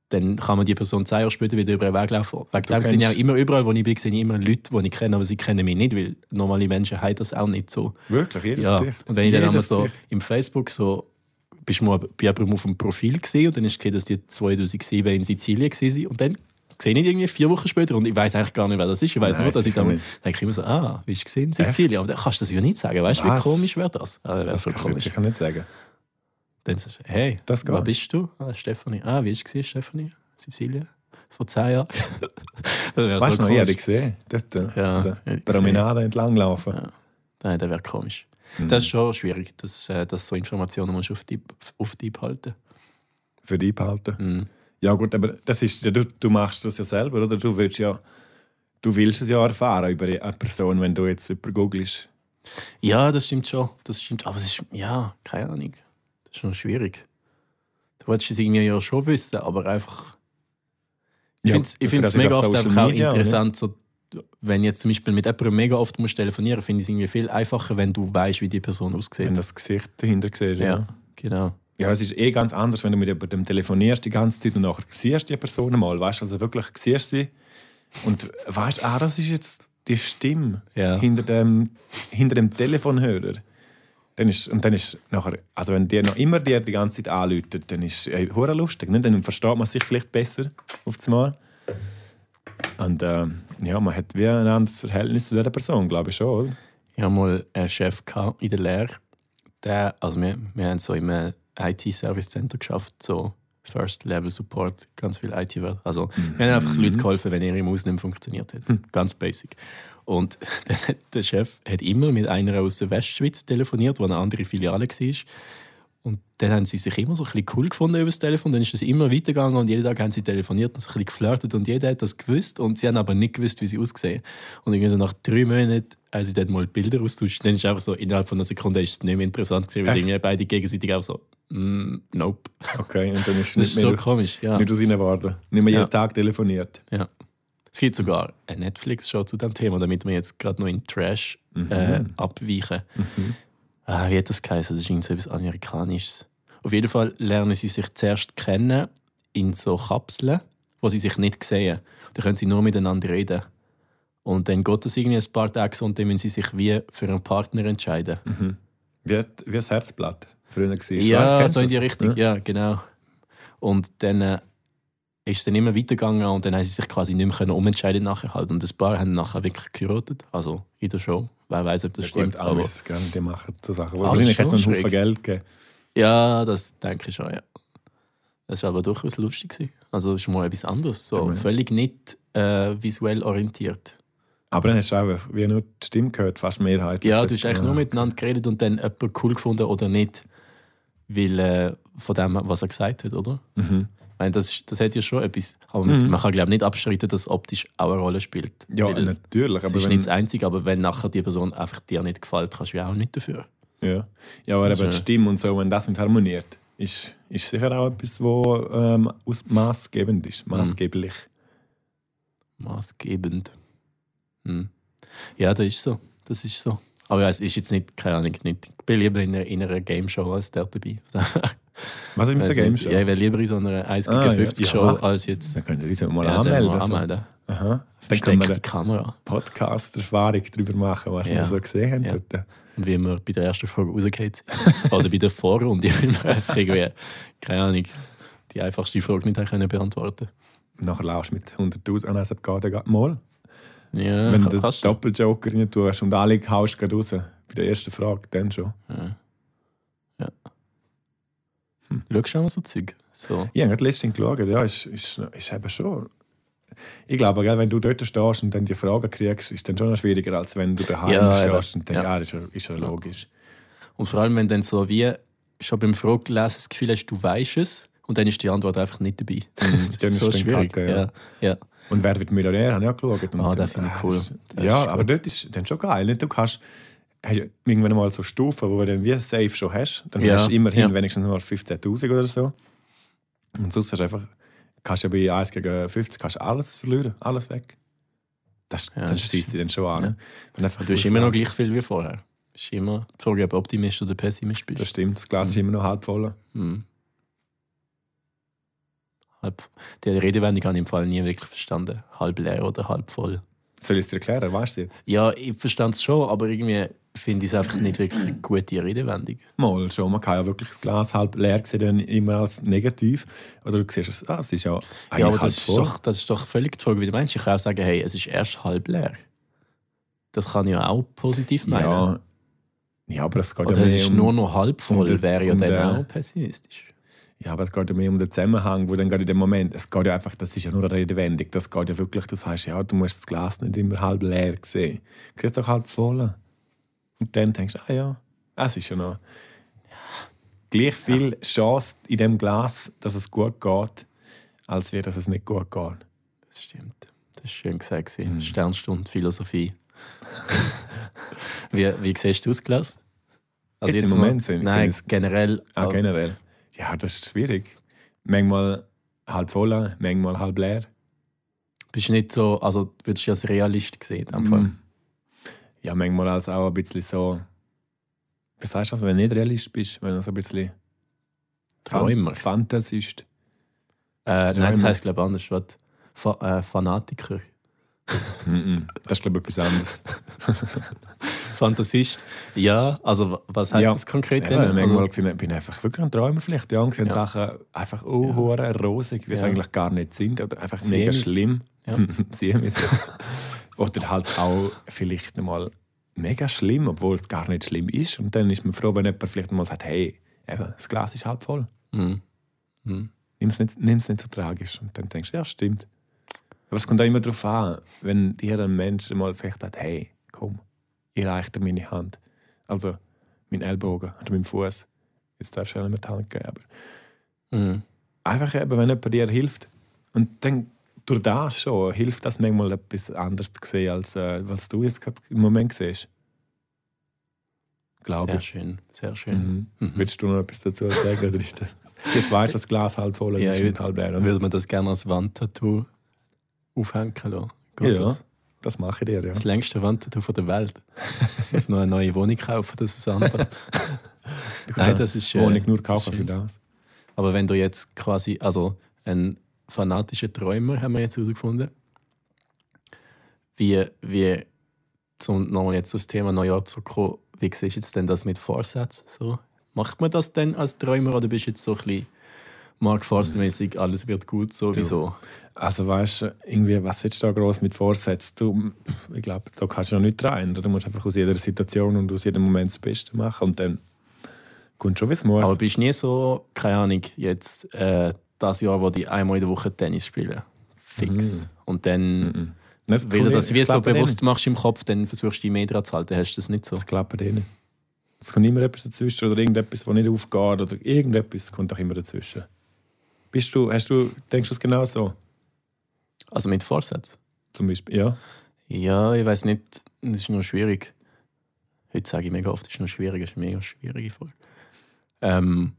[SPEAKER 1] dann kann man die Person zwei Jahre später wieder über den Weg laufen. Wegen dem sind ja
[SPEAKER 3] kennst-
[SPEAKER 1] immer überall, wo ich bin, sind immer Leute, die ich kenne, aber sie kennen mich nicht, weil normale Menschen haben das auch nicht so.
[SPEAKER 3] Wirklich, jedes
[SPEAKER 1] Ja,
[SPEAKER 3] Gesicht.
[SPEAKER 1] und wenn ich dann einmal
[SPEAKER 3] Jedes
[SPEAKER 1] so
[SPEAKER 3] Gesicht.
[SPEAKER 1] im Facebook so bist du mal bei jemandem auf dem Profil gesehen und dann ist gesehen, dass die 2007 in Sizilien waren. Und dann sehe ich irgendwie vier Wochen später und ich weiß eigentlich gar nicht, wer das ist. Ich weiß
[SPEAKER 3] Nein,
[SPEAKER 1] nur, dass ich
[SPEAKER 3] sicher
[SPEAKER 1] dann
[SPEAKER 3] nicht.
[SPEAKER 1] denke ich immer so, ah, wie ist gesehen Sizilien? Und dann kannst du das ja nicht sagen. Weißt du, wie
[SPEAKER 3] Was?
[SPEAKER 1] komisch wäre das? Ah, wäre
[SPEAKER 3] Das
[SPEAKER 1] so
[SPEAKER 3] kann ich
[SPEAKER 1] komisch.
[SPEAKER 3] sicher nicht sagen.
[SPEAKER 1] Dann sagst du, hey,
[SPEAKER 3] Das geht.
[SPEAKER 1] wer bist du? Ah, Stefanie. Ah, wie ist gesehen Stefanie? Sizilien? Vor zehn Jahren. das wäre
[SPEAKER 3] weißt du noch, ich habe
[SPEAKER 1] komisch.
[SPEAKER 3] dich gesehen. Dort, äh,
[SPEAKER 1] Ja,
[SPEAKER 3] der
[SPEAKER 1] ich habe dich
[SPEAKER 3] Promenade entlang laufen.
[SPEAKER 1] Nein, das wäre komisch.
[SPEAKER 3] Mhm.
[SPEAKER 1] Das ist schon schwierig, dass, äh, dass so Informationen musst du auf die, auf die halten.
[SPEAKER 3] Für dich behalten.
[SPEAKER 1] Mhm.
[SPEAKER 3] Ja gut, aber das ist, ja, du, du machst das ja selber, oder? Du willst ja, du willst es ja erfahren über eine Person, wenn du jetzt über googelst.
[SPEAKER 1] Ja, das stimmt schon. Das stimmt. Aber es ist, ja, keine Ahnung. Das ist schon schwierig. Du wolltest es irgendwie ja schon wissen, aber einfach. Ich
[SPEAKER 3] Ja,
[SPEAKER 1] find's- ich
[SPEAKER 3] für
[SPEAKER 1] finde es
[SPEAKER 3] das ist
[SPEAKER 1] mega
[SPEAKER 3] auch
[SPEAKER 1] oft
[SPEAKER 3] Social
[SPEAKER 1] einfach auch
[SPEAKER 3] Media, oder?
[SPEAKER 1] interessant, so, wenn jetzt zum Beispiel mit jemandem mega oft musst telefonieren, finde ich es irgendwie viel einfacher, wenn du weißt, wie die Person
[SPEAKER 3] Wenn
[SPEAKER 1] aussieht.
[SPEAKER 3] das Gesicht dahinter siehst.
[SPEAKER 1] Ja, genau.
[SPEAKER 3] Ja, es ist eh ganz anders, wenn du mit jemandem telefonierst die ganze Zeit und nachher siehst du die Person mal, weißt du, also wirklich siehst sie und weißt, ah, das ist jetzt die Stimme
[SPEAKER 1] Ja.
[SPEAKER 3] hinter, dem, hinter dem Telefonhörer. Dann ist, und dann ist nachher, also wenn dir noch immer dir die ganze Zeit anläutet, dann ist es hure lustig, ne? dann versteht man sich vielleicht besser auf das Mal. Und ähm, ja, man hat wie ein anderes Verhältnis zu dieser Person, glaube ich schon, oder?
[SPEAKER 1] Ich habe mal einen Chef gehabt in der Lehre. Der, also wir, wir haben so im IT-Service-Center geschafft, so First-Level-Support, ganz viel it -Welt. Also wir haben einfach Leuten geholfen, wenn ihre Maus nicht mehr funktioniert hat. Ganz basic. Und dann hat der Chef hat immer mit einer aus der Westschweiz telefoniert, die eine andere Filiale war. Und dann haben sie sich immer so ein bisschen cool gefunden über das Telefon. Dann ist es immer weitergegangen und jeden Tag haben sie telefoniert und so ein bisschen geflirtet und jeder hat das gewusst und sie haben aber nicht gewusst, wie sie aussehen. Und irgendwie so nach drei Monaten haben sie dann mal Bilder austauscht. Dann ist es einfach so, innerhalb von einer Sekunde ist es nicht mehr interessant gewesen, weil sie
[SPEAKER 3] Echt?
[SPEAKER 1] irgendwie beide gegenseitig auch so, mm, nope.
[SPEAKER 3] Okay, und dann ist es
[SPEAKER 1] Das ist
[SPEAKER 3] nicht
[SPEAKER 1] so
[SPEAKER 3] mehr
[SPEAKER 1] komisch, ja.
[SPEAKER 3] nicht aus ihnen geworden. Nicht mehr
[SPEAKER 1] Ja.
[SPEAKER 3] jeden Tag telefoniert.
[SPEAKER 1] ja. Es gibt sogar eine Netflix-Show zu dem Thema, damit wir jetzt gerade noch in Trash
[SPEAKER 3] Mhm.
[SPEAKER 1] äh, abweichen. Ah, wie hat das geheißen? Das ist irgendwie so etwas Amerikanisches. Auf jeden Fall lernen sie sich zuerst kennen in so Kapseln, wo sie sich nicht sehen. Da können sie nur miteinander reden. Und dann geht das irgendwie ein paar Tage so und dann müssen sie sich wie für einen Partner entscheiden.
[SPEAKER 3] mhm. Wie, wie das Herzblatt früher war.
[SPEAKER 1] Ja, so in die Richtung,
[SPEAKER 3] Ja.
[SPEAKER 1] ja, genau. Und dann äh, ist es dann immer weitergegangen und dann haben sie sich quasi nicht mehr können umentscheiden nachher halt. Und ein paar haben nachher wirklich geheiratet, also in der Show. Wer weiß, ob das
[SPEAKER 3] Das
[SPEAKER 1] stimmt.
[SPEAKER 3] stimmt,
[SPEAKER 1] aber
[SPEAKER 3] Amis, gell, die machen so Sachen.
[SPEAKER 1] das ist
[SPEAKER 3] Wahrscheinlich hat es einen
[SPEAKER 1] schon
[SPEAKER 3] Haufen
[SPEAKER 1] schräg.
[SPEAKER 3] Geld gegeben.
[SPEAKER 1] ja, das denke ich schon, ja. Das war aber durchaus lustig. Gewesen. Also es ist mal etwas anderes, so
[SPEAKER 3] Ja, man.
[SPEAKER 1] völlig nicht äh, visuell orientiert.
[SPEAKER 3] Aber dann hast du auch wie nur die Stimme gehört, fast mehrheitlich.
[SPEAKER 1] Ja, du hast
[SPEAKER 3] Ah,
[SPEAKER 1] eigentlich nur miteinander geredet und dann jemanden cool gefunden oder nicht. Weil äh, von dem, was er gesagt hat, oder?
[SPEAKER 3] Mhm.
[SPEAKER 1] Ich meine, das, ist- das hat ja schon etwas. Aber man-
[SPEAKER 3] Mhm.
[SPEAKER 1] man kann, glaube ich, nicht abstreiten, dass optisch auch eine Rolle spielt.
[SPEAKER 3] Ja,
[SPEAKER 1] Weil
[SPEAKER 3] natürlich.
[SPEAKER 1] Es
[SPEAKER 3] Aber
[SPEAKER 1] ist
[SPEAKER 3] wenn,
[SPEAKER 1] nicht das Einzige, aber wenn nachher die Person einfach dir nicht gefällt, kannst du ja auch nicht dafür.
[SPEAKER 3] ja. ja, aber
[SPEAKER 1] Also-
[SPEAKER 3] eben die Stimme und so, wenn das nicht harmoniert, ist, ist sicher auch etwas, was ähm, aus- maßgebend ist.
[SPEAKER 1] Mhm.
[SPEAKER 3] Maßgeblich.
[SPEAKER 1] Maßgebend. Hm. Ja, das ist so. Das ist so. Aber ja, es ist jetzt nicht, keine Ahnung, nicht. Ich bin lieber in einer, in einer Game Show als dort dabei.
[SPEAKER 3] Was ist mit
[SPEAKER 1] Weiss
[SPEAKER 3] der
[SPEAKER 1] nicht.
[SPEAKER 3] Game Show?
[SPEAKER 1] Ja, ich wäre lieber in so einer 1 gegen
[SPEAKER 3] Ah, ja.
[SPEAKER 1] 50
[SPEAKER 3] Ja,
[SPEAKER 1] Show
[SPEAKER 3] mach.
[SPEAKER 1] als jetzt.
[SPEAKER 3] Dann könnt ihr uns ja mal
[SPEAKER 1] Ja, sollen wir
[SPEAKER 3] anmelden.
[SPEAKER 1] mal
[SPEAKER 3] so.
[SPEAKER 1] anmelden.
[SPEAKER 3] Aha. Dann können wir
[SPEAKER 1] Versteckte
[SPEAKER 3] eine
[SPEAKER 1] Kamera.
[SPEAKER 3] Podcast-Erfahrung darüber machen, was
[SPEAKER 1] Ja.
[SPEAKER 3] wir so gesehen haben.
[SPEAKER 1] Ja.
[SPEAKER 3] Dort.
[SPEAKER 1] Und wie wir bei der ersten Frage rausgehen. Oder bei der Vorrunde, weil wir einfach irgendwie, keine Ahnung, die einfachste Frage nicht haben können beantworten
[SPEAKER 3] Nachher laufst du mit 100'000 an, es hat gerade gerade mal.
[SPEAKER 1] Ja,
[SPEAKER 3] Wenn
[SPEAKER 1] ka-
[SPEAKER 3] du den
[SPEAKER 1] kannst
[SPEAKER 3] Doppeljoker rein tust und alle haust gerade raus, bei der ersten Frage, dann schon.
[SPEAKER 1] Ja. ja. Schaust du auch mal so Zeug? So.
[SPEAKER 3] Ich habe gerade letztens geschaut, ja, ist, ist, ist eben schon... Ich glaube, gell, wenn du dort stehst und dann die Fragen kriegst, ist dann schon noch schwieriger, als wenn du daheim
[SPEAKER 1] Ja,
[SPEAKER 3] stehst
[SPEAKER 1] eben.
[SPEAKER 3] und dann,
[SPEAKER 1] Ja.
[SPEAKER 3] ja, das ist ja, ist ja logisch.
[SPEAKER 1] Und vor allem, wenn dann so wie schon beim Fragelesen das Gefühl hast, du weißt es und dann ist die Antwort einfach nicht dabei. Das
[SPEAKER 3] Mhm, dann
[SPEAKER 1] ist so
[SPEAKER 3] ist dann
[SPEAKER 1] schwierig.
[SPEAKER 3] Kacke, ja.
[SPEAKER 1] ja. Ja.
[SPEAKER 3] Und «Wer wird Millionär?» habe ich auch geschaut. Und
[SPEAKER 1] Ah, den
[SPEAKER 3] dann-
[SPEAKER 1] finde ich
[SPEAKER 3] ah,
[SPEAKER 1] cool.
[SPEAKER 3] das Ist,
[SPEAKER 1] Das
[SPEAKER 3] ja,
[SPEAKER 1] ist
[SPEAKER 3] aber dort ist dann schon geil. Nicht? Du kannst hast ja irgendwann mal so Stufen, wo du dann wie safe schon hast. Dann
[SPEAKER 1] Ja,
[SPEAKER 3] hast du immerhin
[SPEAKER 1] ja.
[SPEAKER 3] wenigstens mal 15'000 oder so. Und sonst hast du einfach, kannst du ja bei 1 gegen 50 kannst du alles verlieren, alles weg. Das,
[SPEAKER 1] Ja,
[SPEAKER 3] dann
[SPEAKER 1] das
[SPEAKER 3] schießt dich dann schon an.
[SPEAKER 1] Ja.
[SPEAKER 3] Wenn einfach
[SPEAKER 1] Du hast immer noch
[SPEAKER 3] ausgeht.
[SPEAKER 1] gleich viel wie vorher. Es ist immer die Frage, ob du Optimist oder Pessimist bist.
[SPEAKER 3] Das stimmt, das Glas ist immer noch halb voll.
[SPEAKER 1] Hm. Halb, die Redewendung habe ich im Fall nie wirklich verstanden. Halb leer oder halb voll.
[SPEAKER 3] Soll ich es dir erklären? Weißt du es jetzt?
[SPEAKER 1] Ja, ich verstand es schon, aber irgendwie finde ich es einfach nicht wirklich eine gute Redewendung.
[SPEAKER 3] Mal schon, man kann ja wirklich das Glas halb leer sehen, dann immer als negativ. Oder du siehst es, ah, es ist ja eigentlich
[SPEAKER 1] ja, aber
[SPEAKER 3] halb
[SPEAKER 1] das ist,
[SPEAKER 3] voll.
[SPEAKER 1] doch, das ist doch völlig die Frage, wie du meinst. Ich kann auch sagen, hey, es ist erst halb leer. Das kann ich ja auch positiv meinen.
[SPEAKER 3] Ja. ja, aber es geht ja
[SPEAKER 1] oder es
[SPEAKER 3] mehr
[SPEAKER 1] ist
[SPEAKER 3] um,
[SPEAKER 1] nur noch halb voll,
[SPEAKER 3] und-
[SPEAKER 1] wäre ja
[SPEAKER 3] und,
[SPEAKER 1] dann
[SPEAKER 3] äh,
[SPEAKER 1] auch pessimistisch.
[SPEAKER 3] ja, aber es geht ja mehr um den Zusammenhang, wo dann gerade in dem Moment, es geht ja einfach, das ist ja nur eine Redewendung, das geht ja wirklich, das heißt ja, du musst das Glas nicht immer halb leer sehen, du kriegst doch halb voll. Und dann denkst du, ah ja, es ist ja noch gleich viel Chance in dem Glas, dass es gut geht, als wir, dass es nicht gut geht.
[SPEAKER 1] Das stimmt. Das war schön gesagt. Mhm. Sternstunde Philosophie. wie, wie siehst du das, Klaus?
[SPEAKER 3] Jetzt im Moment sind- sind
[SPEAKER 1] Nein,
[SPEAKER 3] es-
[SPEAKER 1] generell. also
[SPEAKER 3] Auch Ah, generell. Ja, das ist schwierig. Manchmal halb voll, manchmal halb leer.
[SPEAKER 1] Bist du nicht so, also würdest du dich als Realist sehen? in dem Fall?
[SPEAKER 3] Mm. Ja, manchmal als auch ein bisschen so. Was sagst du, also, wenn du nicht realist bist, wenn du so ein bisschen
[SPEAKER 1] Träumer.
[SPEAKER 3] Fan- Fantasist?
[SPEAKER 1] Äh, nein, das
[SPEAKER 3] Träumer.
[SPEAKER 1] heisst, glaube ich, anders. was? Fa äh, Fanatiker.
[SPEAKER 3] Mhm. Das ist, glaube ich, etwas anderes.
[SPEAKER 1] Fantasist. Ja, also wa- was heißt
[SPEAKER 3] Ja.
[SPEAKER 1] das konkret?
[SPEAKER 3] Eben,
[SPEAKER 1] denn?
[SPEAKER 3] manchmal
[SPEAKER 1] Also,
[SPEAKER 3] also, bin ich einfach wirklich ein Träumer vielleicht. Ja, und sehen
[SPEAKER 1] Ja.
[SPEAKER 3] Sachen einfach oh, rosig, wie sie
[SPEAKER 1] Ja.
[SPEAKER 3] eigentlich gar nicht sind. Oder einfach
[SPEAKER 1] Sie
[SPEAKER 3] mega
[SPEAKER 1] müssen.
[SPEAKER 3] schlimm.
[SPEAKER 1] Ja.
[SPEAKER 3] Sie müssen. oder halt auch vielleicht mal mega schlimm, obwohl es gar nicht schlimm ist. Und dann ist man froh, wenn jemand vielleicht mal sagt, hey, eben, das Glas ist halb voll.
[SPEAKER 1] Hm. Hm.
[SPEAKER 3] nimm's nicht, nimm's nicht so tragisch. Und dann denkst du, ja, stimmt. Aber es kommt auch immer darauf an, wenn dir ein Mensch mal vielleicht sagt, hey, komm, ich reiche dir meine Hand. Also mein Ellbogen oder mein Fuß. Jetzt darfst du ja nicht mehr die Hand geben. Aber
[SPEAKER 1] Hm.
[SPEAKER 3] einfach eben, wenn jemand dir hilft. Und dann durch das schon hilft das manchmal etwas anderes zu sehen, als äh, was du jetzt gerade im Moment siehst. Glaube
[SPEAKER 1] Sehr
[SPEAKER 3] ich.
[SPEAKER 1] schön, sehr schön.
[SPEAKER 3] Mhm. Willst du noch etwas dazu sagen? Oder ist das- jetzt weißt du, das Glas halb voll
[SPEAKER 1] Ja,
[SPEAKER 3] ist
[SPEAKER 1] ich
[SPEAKER 3] und halb leer.
[SPEAKER 1] Dann
[SPEAKER 3] oder?
[SPEAKER 1] würde man das gerne als Wandtattoo aufhängen lassen. Geht
[SPEAKER 3] Ja,
[SPEAKER 1] das?
[SPEAKER 3] das, mache ich dir, ja.
[SPEAKER 1] Das längste Wandtattoo von der Welt. Ich muss noch eine neue Wohnung kaufen, dass es anpasst.
[SPEAKER 3] Du
[SPEAKER 1] Nein,
[SPEAKER 3] kannst
[SPEAKER 1] das ist. äh,
[SPEAKER 3] eine Wohnung nur
[SPEAKER 1] das ist
[SPEAKER 3] kaufen für
[SPEAKER 1] schön.
[SPEAKER 3] das.
[SPEAKER 1] Aber wenn du jetzt quasi, also ein fanatischer Träumer, haben wir jetzt herausgefunden, wie, wie zum nochmal jetzt aufs Thema Neujahr zurückkommen, wie siehst du jetzt denn das mit Vorsätzen? So, macht man das denn als Träumer oder bist du jetzt so ein bisschen Mark Forster-mäßig, alles wird gut, sowieso?
[SPEAKER 3] Also weißt du, irgendwie, was willst du da gross mit Vorsätzen? Du, pff, ich glaube, da kannst du noch nicht rein. oder? Du musst einfach aus jeder Situation und aus jedem Moment das Beste machen und dann kommt schon, wie es muss.
[SPEAKER 1] Aber bist du nie so, keine Ahnung, jetzt äh, das Jahr, wo die einmal in der Woche Tennis spielen? Fix. Und dann
[SPEAKER 3] Mhm. Das
[SPEAKER 1] Weil du
[SPEAKER 3] kann
[SPEAKER 1] das
[SPEAKER 3] ich-
[SPEAKER 1] wie
[SPEAKER 3] ich
[SPEAKER 1] so
[SPEAKER 3] glaube eh
[SPEAKER 1] bewusst
[SPEAKER 3] nicht.
[SPEAKER 1] machst im Kopf, dann versuchst du dich mehr daran zu halten, hast du das nicht so.
[SPEAKER 3] Das klappt eh nicht. Es kommt immer etwas dazwischen oder irgendetwas, das nicht aufgeht oder irgendetwas kommt auch immer dazwischen. Bist du, hast du, denkst du es genau so?
[SPEAKER 1] Also mit Vorsatz.
[SPEAKER 3] Zum Beispiel, ja.
[SPEAKER 1] Ja, ich weiß nicht, das ist noch schwierig. Heute sage ich mega oft, das ist noch schwierig, das ist eine mega schwierige Folge. Ähm,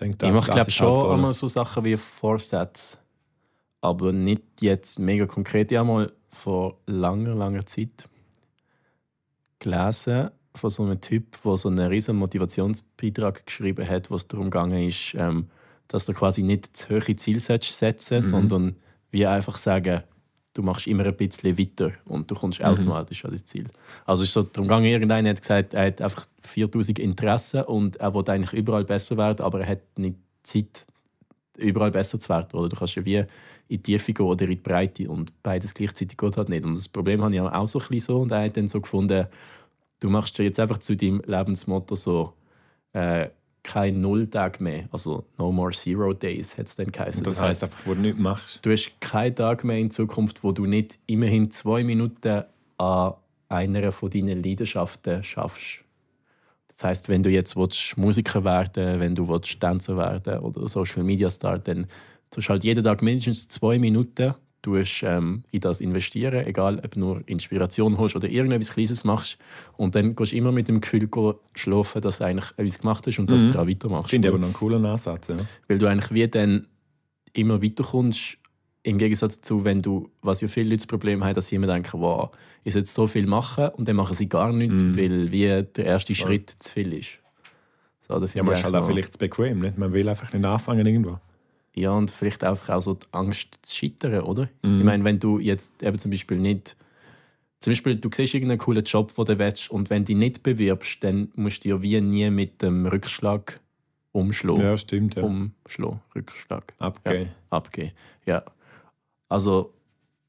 [SPEAKER 3] Denk, das-
[SPEAKER 1] ich mache,
[SPEAKER 3] das
[SPEAKER 1] glaube
[SPEAKER 3] ist
[SPEAKER 1] schon
[SPEAKER 3] halt voll.
[SPEAKER 1] einmal so Sachen wie Vorsätze. Aber nicht jetzt mega konkret. Ich habe mal vor langer, langer Zeit gelesen von so einem Typ, der so einen riesen Motivationsbeitrag geschrieben hat, wo es darum gegangen ist, ähm, dass du quasi nicht zu hohe Ziele setzt- setzen, sondern wie einfach sagen, du machst immer ein bisschen weiter und du
[SPEAKER 3] Mhm.
[SPEAKER 1] kommst automatisch an das Ziel. Also es ist so darum gegangen, irgendeiner hat gesagt, er hat einfach 4000 Interessen und er wollte eigentlich überall besser werden, aber er hat nicht Zeit, überall besser zu werden. Oder du kannst ja wie in die Tiefe gehen oder in die Breite und beides gleichzeitig geht halt nicht. Und das Problem habe ich auch so ein bisschen so und er hat dann so gefunden, du machst dir jetzt einfach zu deinem Lebensmotto so äh, kein Nulltag mehr, also no more zero days hat es dann geheißen.
[SPEAKER 3] Das heisst einfach, wo du nichts machst.
[SPEAKER 1] Du hast keinen Tag mehr in Zukunft, wo du nicht immerhin zwei Minuten an einer von deinen Leidenschaften schaffst. Das heißt, wenn du jetzt willst, Musiker werden wenn du willst, Tänzer werden oder Social Media Star, dann tust du halt jeden Tag mindestens zwei Minuten tust, ähm, in das investieren, egal ob nur Inspiration holst oder irgendetwas Kleines machst. Und dann gehst du immer mit dem Gefühl gehen, schlafen, dass du eigentlich etwas gemacht hast und dass du daran weitermachst.
[SPEAKER 3] Mhm. Finde ich
[SPEAKER 1] Weil-
[SPEAKER 3] aber noch einen coolen Ansatz. Ja.
[SPEAKER 1] weil du eigentlich wie dann immer weiterkommst, im Gegensatz zu, wenn du, was ja viele Leute das Problem haben, dass sie immer denken, wow, ich sollte so viel machen und dann machen sie gar nichts,
[SPEAKER 3] Mhm.
[SPEAKER 1] weil wie der erste Schritt zu viel ist. So, da
[SPEAKER 3] Ja,
[SPEAKER 1] finde
[SPEAKER 3] man
[SPEAKER 1] ich
[SPEAKER 3] ist halt
[SPEAKER 1] eigentlich
[SPEAKER 3] auch
[SPEAKER 1] noch-
[SPEAKER 3] vielleicht zu bequem. Nicht? Man will einfach nicht anfangen irgendwo.
[SPEAKER 1] ja, und vielleicht einfach auch so die Angst zu scheitern, oder?
[SPEAKER 3] Mhm.
[SPEAKER 1] Ich meine, wenn du jetzt eben zum Beispiel nicht. Zum Beispiel, du siehst irgendeinen coolen Job, den du willst, und wenn du dich nicht bewirbst, dann musst du ja wie nie mit dem Rückschlag umschlagen.
[SPEAKER 3] Ja, stimmt. Ja.
[SPEAKER 1] Umschlagen, Rückschlag.
[SPEAKER 3] Abgeben.
[SPEAKER 1] abgeben. Ja. Also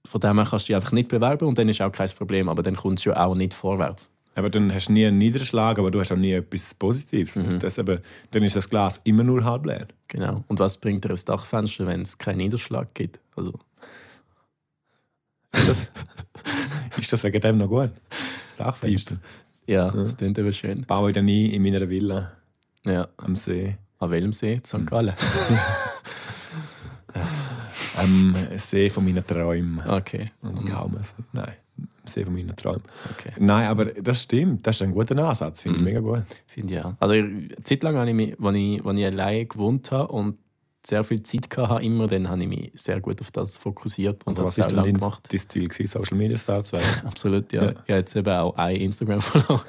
[SPEAKER 1] von dem her kannst du dich einfach nicht bewerben und dann ist auch kein Problem, aber dann kommst du ja auch nicht vorwärts.
[SPEAKER 3] Aber dann hast du nie einen Niederschlag, aber du hast auch nie etwas Positives.
[SPEAKER 1] Mhm.
[SPEAKER 3] Und Das eben, dann ist das Glas immer nur halb leer.
[SPEAKER 1] Genau. Und was bringt dir ein Dachfenster, wenn es keinen Niederschlag gibt? Also,
[SPEAKER 3] Ist das, ist das wegen dem noch gut? Das Dachfenster.
[SPEAKER 1] ja, das klingt eben schön.
[SPEAKER 3] Baue ich dann nie in meiner Villa
[SPEAKER 1] Ja,
[SPEAKER 3] am See.
[SPEAKER 1] an welchem See?
[SPEAKER 3] Hm.
[SPEAKER 1] St. Gallen.
[SPEAKER 3] Am See von meinen Träumen.
[SPEAKER 1] Okay.
[SPEAKER 3] Und kaum es. Nein, am See von meinen Träumen.
[SPEAKER 1] Mhm. okay. Mhm.
[SPEAKER 3] Nein, aber das stimmt. Das ist ein guter Ansatz. Finde ich mega gut.
[SPEAKER 1] Finde ich auch. Also, ich- eine Zeit lang, als ich, mich- wenn ich, wenn ich alleine gewohnt habe und sehr viel Zeit hatte, immer, dann habe ich mich sehr gut auf das fokussiert und
[SPEAKER 3] Also,
[SPEAKER 1] habe
[SPEAKER 3] was
[SPEAKER 1] es
[SPEAKER 3] ist
[SPEAKER 1] auch
[SPEAKER 3] denn
[SPEAKER 1] lange
[SPEAKER 3] dein,
[SPEAKER 1] gemacht.
[SPEAKER 3] dein Ziel? Gewesen? Social Media Star zu werden?
[SPEAKER 1] Absolut, ja.
[SPEAKER 3] Ja.
[SPEAKER 1] Ich habe jetzt eben auch ein Instagram verloren.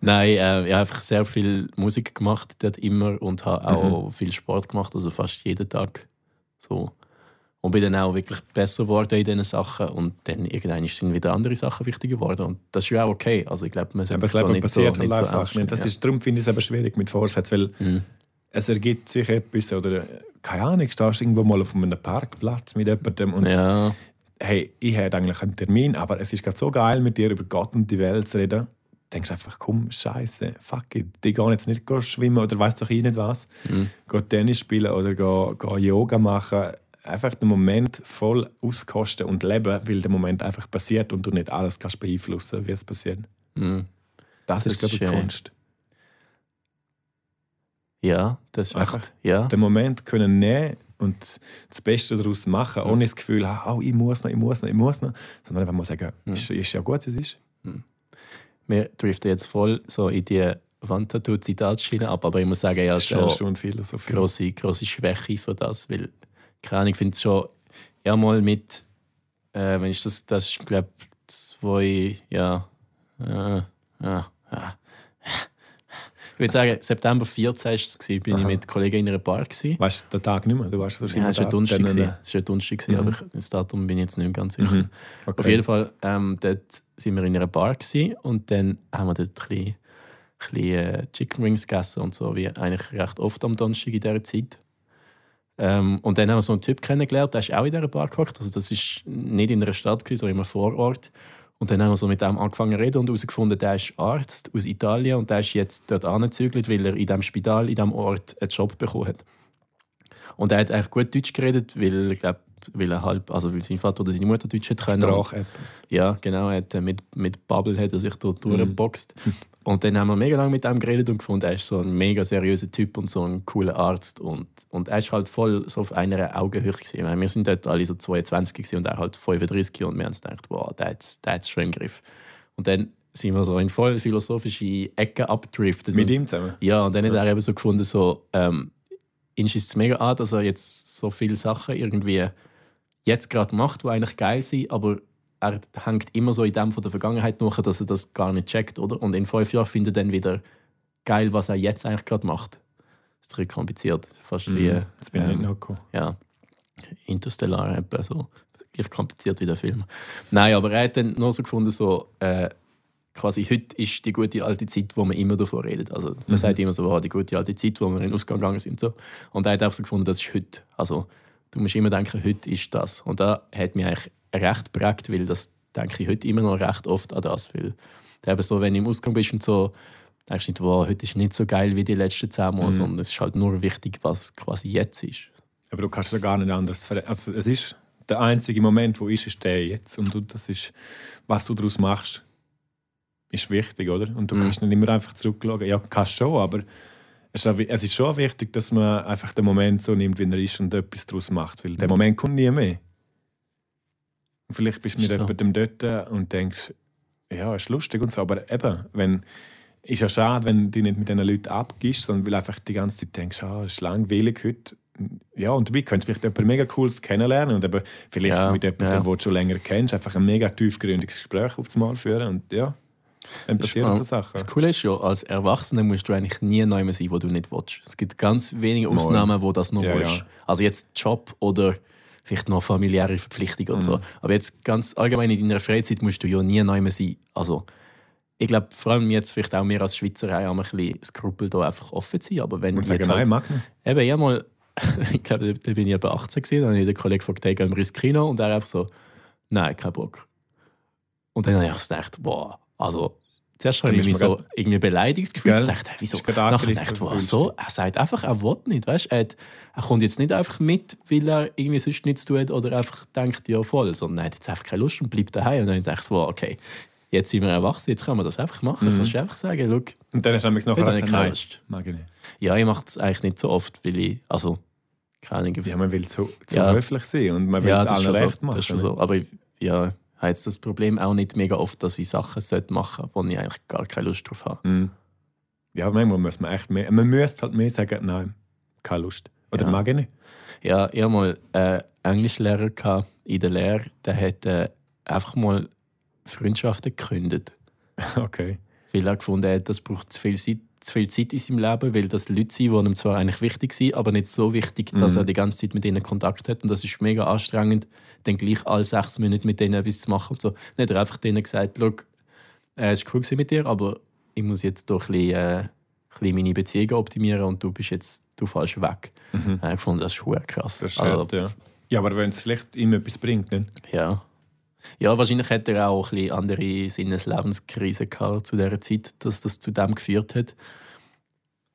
[SPEAKER 1] Nein, äh, ich habe einfach sehr viel Musik gemacht dort immer und habe
[SPEAKER 3] Mhm.
[SPEAKER 1] auch viel Sport gemacht, also fast jeden Tag. So. Und bin dann auch wirklich besser geworden in diesen Sachen und dann irgendwann sind wieder andere Sachen wichtiger geworden und das ist ja auch okay. Also ich glaube, man
[SPEAKER 3] Ja,
[SPEAKER 1] sollte
[SPEAKER 3] aber das
[SPEAKER 1] sich da nicht so,
[SPEAKER 3] Leben passiert
[SPEAKER 1] nicht
[SPEAKER 3] halt
[SPEAKER 1] so
[SPEAKER 3] einfach.
[SPEAKER 1] ernst
[SPEAKER 3] nicht. Das
[SPEAKER 1] nehmen. Mhm.
[SPEAKER 3] ist, darum finde ich es eben schwierig mit Vorsätzen, weil es ergibt sich etwas oder äh, keine Ahnung, stehst irgendwo mal auf einem Parkplatz mit jemandem und
[SPEAKER 1] ja.
[SPEAKER 3] hey, ich hätte eigentlich einen Termin, aber es ist gerade so geil, mit dir über Gott und die Welt zu reden. Denkst einfach, komm, scheiße, fuck it, die gehen jetzt nicht schwimmen oder weiß doch ich nicht was. Mhm. Gehen Tennis spielen oder gehen, gehen Yoga machen. Einfach den Moment voll auskosten und leben, weil der Moment einfach passiert und du nicht alles kannst beeinflussen, wie es passiert.
[SPEAKER 1] Mhm.
[SPEAKER 3] Das,
[SPEAKER 1] Das
[SPEAKER 3] ist,
[SPEAKER 1] ist
[SPEAKER 3] glaube ich, die
[SPEAKER 1] schön.
[SPEAKER 3] Kunst.
[SPEAKER 1] ja, das ist
[SPEAKER 3] Einfach.
[SPEAKER 1] echt, ja.
[SPEAKER 3] den Moment können nehmen und das Beste daraus machen, ohne das Gefühl, ah, oh, ich muss noch, ich muss noch, ich muss noch, sondern einfach mal sagen, ist, ist ja gut, wie es ist.
[SPEAKER 1] Wir driften jetzt voll so in die Wandtattoo-Zitatschiene ab, aber ich muss sagen, ja,
[SPEAKER 3] Das ist
[SPEAKER 1] schon...
[SPEAKER 3] ja schon Philosophie.
[SPEAKER 1] große, große Schwäche für das, weil keine Ahnung, ich finde es schon ja mal mit, äh, wenn ich das, das ist glaube zwei, ja, äh, ja, ja. ich würde sagen September 14 ist es gewesen, bin ich mit Kollegen in einer Bar gewesen.
[SPEAKER 3] Weißt du den Tag nicht mehr? Du warst so
[SPEAKER 1] Ja, es war ein Donnerstag,
[SPEAKER 3] dann, Mhm.
[SPEAKER 1] gewesen.
[SPEAKER 3] äh,
[SPEAKER 1] Es war ein Donnerstag, gewesen, aber ich, das Datum bin ich jetzt nicht mehr ganz sicher.
[SPEAKER 3] okay.
[SPEAKER 1] Auf jeden Fall, ähm, dort sind wir in einer Bar gewesen, und dann haben wir dort ein bisschen, ein bisschen äh, Chicken Wings gegessen und so, wie eigentlich recht oft am Donnerstag in dieser Zeit. Ähm, und dann haben wir so einen Typ kennengelernt, der ist auch in dieser Bar gehockt. Also das ist nicht in einer Stadt, gewesen, sondern immer vor Ort. Und dann haben wir so mit dem angefangen zu reden und herausgefunden, der ist Arzt aus Italien und der ist jetzt dort angezügelt, weil er in diesem Spital, in diesem Ort einen Job bekommen hat. Und er hat eigentlich gut Deutsch geredet, weil, ich glaub, weil er halb, also weil sein Vater oder seine Mutter Deutsch hat können.
[SPEAKER 3] Sprach-App.
[SPEAKER 1] Ja, genau. Er hat, äh, mit, mit Bubble hat er sich da durchgeboxt. Und dann haben wir mega lange mit ihm geredet und gefunden, er ist so ein mega seriöser Typ und so ein cooler Arzt. Und, und er ist halt voll so auf einer Augenhöhe. Gewesen. Ich meine, wir sind dort alle so 22 gewesen und er halt 35 und wir haben uns gedacht, wow, der hat es schon im Griff. Und dann sind wir so in voll philosophische Ecken abgedriftet.
[SPEAKER 3] Mit
[SPEAKER 1] und,
[SPEAKER 3] ihm zusammen.
[SPEAKER 1] ja, und dann hat er eben so gefunden, so, ähm, ihn schießt es mega an, dass er jetzt so viele Sachen irgendwie jetzt gerade macht, die eigentlich geil sind, aber er hängt immer so in dem von der Vergangenheit nach, dass er das gar nicht checkt, oder? Und in fünf Jahren findet er dann wieder geil, was er jetzt eigentlich gerade macht. Das ist ein bisschen kompliziert. Fast wie
[SPEAKER 3] Mhm. Jetzt bin ich
[SPEAKER 1] ähm,
[SPEAKER 3] nicht nachgekommen.
[SPEAKER 1] ja, Interstellar etwa so. Gleich kompliziert wie der Film. Nein, aber er hat dann noch so gefunden, so, äh, quasi heute ist die gute alte Zeit, wo man immer davon redet. Also man sagt immer so, ah, die gute alte Zeit, wo wir in den Ausgang gegangen sind. So. Und er hat auch so gefunden, das ist heute. Also du musst immer denken, heute ist das. Und da hat mich eigentlich recht prägt, weil das denke ich heute immer noch recht oft an das. Weil eben so, wenn du im Ausgang bist und so, denkst du nicht, wow, heute ist nicht so geil wie die letzten zehn Monate, sondern es ist halt nur wichtig, was quasi jetzt ist.
[SPEAKER 3] Aber du kannst ja gar nicht anders verändern. Also es ist der einzige Moment, wo ist, ist der jetzt. Und du, das ist, was du daraus machst, ist wichtig, oder? Und du
[SPEAKER 1] Mhm.
[SPEAKER 3] kannst nicht immer einfach zurückschauen. Ja, kannst schon, aber es ist, auch, wi- es ist schon wichtig, dass man einfach den Moment so nimmt, wie er ist und etwas daraus macht. Weil der
[SPEAKER 1] Mhm.
[SPEAKER 3] Moment kommt nie mehr. Und vielleicht bist du
[SPEAKER 1] Das
[SPEAKER 3] mit
[SPEAKER 1] ist so.
[SPEAKER 3] jemandem dort und denkst, ja, ist lustig und so. Aber eben, wenn, ist ja schade, wenn du dich nicht mit diesen Leuten abgibst, sondern weil einfach die ganze Zeit denkst, ah, es ist langweilig heute. Ja, und dabei könntest du vielleicht jemanden mega Cooles kennenlernen und eben vielleicht
[SPEAKER 1] Ja,
[SPEAKER 3] mit jemandem,
[SPEAKER 1] ja.
[SPEAKER 3] den du schon länger kennst, einfach ein mega tiefgründiges Gespräch aufs Mal führen und ja, dann passieren so
[SPEAKER 1] spannend.
[SPEAKER 3] Sachen.
[SPEAKER 1] Das Coole ist ja, als Erwachsener musst du eigentlich nie neu sein, wo du nicht willst. Es gibt ganz wenige Ausnahmen, wo das noch
[SPEAKER 3] Ja,
[SPEAKER 1] willst.
[SPEAKER 3] ja.
[SPEAKER 1] Also jetzt Job oder vielleicht noch familiäre Verpflichtung oder
[SPEAKER 3] Mhm.
[SPEAKER 1] so. Aber jetzt ganz allgemein in deiner Freizeit musst du ja nie neu sein. Also ich glaube, vor allem jetzt vielleicht auch wir als Schweizerei haben ein bisschen Skrupel, da einfach offen zu sein. Aber wenn
[SPEAKER 3] Und
[SPEAKER 1] du
[SPEAKER 3] sagen,
[SPEAKER 1] jetzt
[SPEAKER 3] nein,
[SPEAKER 1] halt,
[SPEAKER 3] mag nicht.
[SPEAKER 1] Eben, ich hab mal, ich glaube, da bin ich etwa 18 gewesen, dann habe ich den Kollegen gefragt, hey, gehen wir ins Kino? Und er einfach so, nein, kein Bock. Und dann habe ich so gedacht, boah, also, zuerst habe
[SPEAKER 3] Dann
[SPEAKER 1] ich mich
[SPEAKER 3] bist du
[SPEAKER 1] so irgendwie beleidigt gefühlt.
[SPEAKER 3] Gell?
[SPEAKER 1] Ich dachte, hey, wieso?
[SPEAKER 3] Bist grad
[SPEAKER 1] Nachher
[SPEAKER 3] angegriffen
[SPEAKER 1] dachte ich, boah,
[SPEAKER 3] gefühlt.
[SPEAKER 1] so, er sagt einfach, er will nicht, weißt? Er, hat, er kommt jetzt nicht einfach mit, weil er irgendwie sonst nichts tut oder einfach denkt, ja voll, sondern er hat jetzt einfach keine Lust und bleibt daheim. Und dann habe ich gedacht, boah, okay, jetzt sind wir erwachsen, jetzt kann man das einfach machen.
[SPEAKER 3] Mhm.
[SPEAKER 1] Kannst du einfach sagen, schau,
[SPEAKER 3] Und dann hast du nämlich
[SPEAKER 1] Jetzt
[SPEAKER 3] nachher
[SPEAKER 1] habe ich keine
[SPEAKER 3] gesagt, nein,
[SPEAKER 1] Lust.
[SPEAKER 3] mag ich nicht.
[SPEAKER 1] ja, ich mache es eigentlich nicht so oft, weil ich, also, keine Ahnung,
[SPEAKER 3] Ja, man will zu, zu
[SPEAKER 1] Ja.
[SPEAKER 3] höflich sein und man will es
[SPEAKER 1] das ist
[SPEAKER 3] allen
[SPEAKER 1] schon
[SPEAKER 3] recht
[SPEAKER 1] so,
[SPEAKER 3] machen.
[SPEAKER 1] Das ist schon so. Aber ich, ja, ich habe jetzt das Problem auch nicht mega oft, dass ich Sachen sollte machen sollte, wo ich eigentlich gar keine Lust drauf habe.
[SPEAKER 3] Mhm. Ja, manchmal muss man echt mehr, man müsste halt mehr sagen, nein, keine Lust. Oder
[SPEAKER 1] Ja.
[SPEAKER 3] mag ich nicht.
[SPEAKER 1] Ja, ich hatte mal einen Englischlehrer gehabt in der Lehre, der hat äh, einfach mal Freundschaften gekündigt.
[SPEAKER 3] Okay.
[SPEAKER 1] Weil er gefunden hat, das braucht zu viel Zeit zu viel Zeit in seinem Leben, weil das Leute sind, die ihm zwar eigentlich wichtig sind, aber nicht so wichtig, dass
[SPEAKER 3] Mhm.
[SPEAKER 1] er die ganze Zeit mit ihnen Kontakt hat. Und das ist mega anstrengend, dann gleich alle sechs Minuten mit denen etwas zu machen. Und so. Dann hat er einfach denen gesagt, «Schau, äh, es war cool gewesen mit dir, aber ich muss jetzt doch ein bisschen, äh, ein bisschen meine Beziehungen optimieren und du bist jetzt, du fährst weg.
[SPEAKER 3] Mhm.
[SPEAKER 1] Ich fand das ist verdammt krass.
[SPEAKER 3] Das ist
[SPEAKER 1] Also,
[SPEAKER 3] hart, ja. ja, aber wenn es vielleicht ihm etwas bringt, ne?
[SPEAKER 1] ja. Ja, wahrscheinlich hat er auch ein bisschen andere Sinneslebenskrise gehabt zu dieser Zeit, dass das zu dem geführt hat.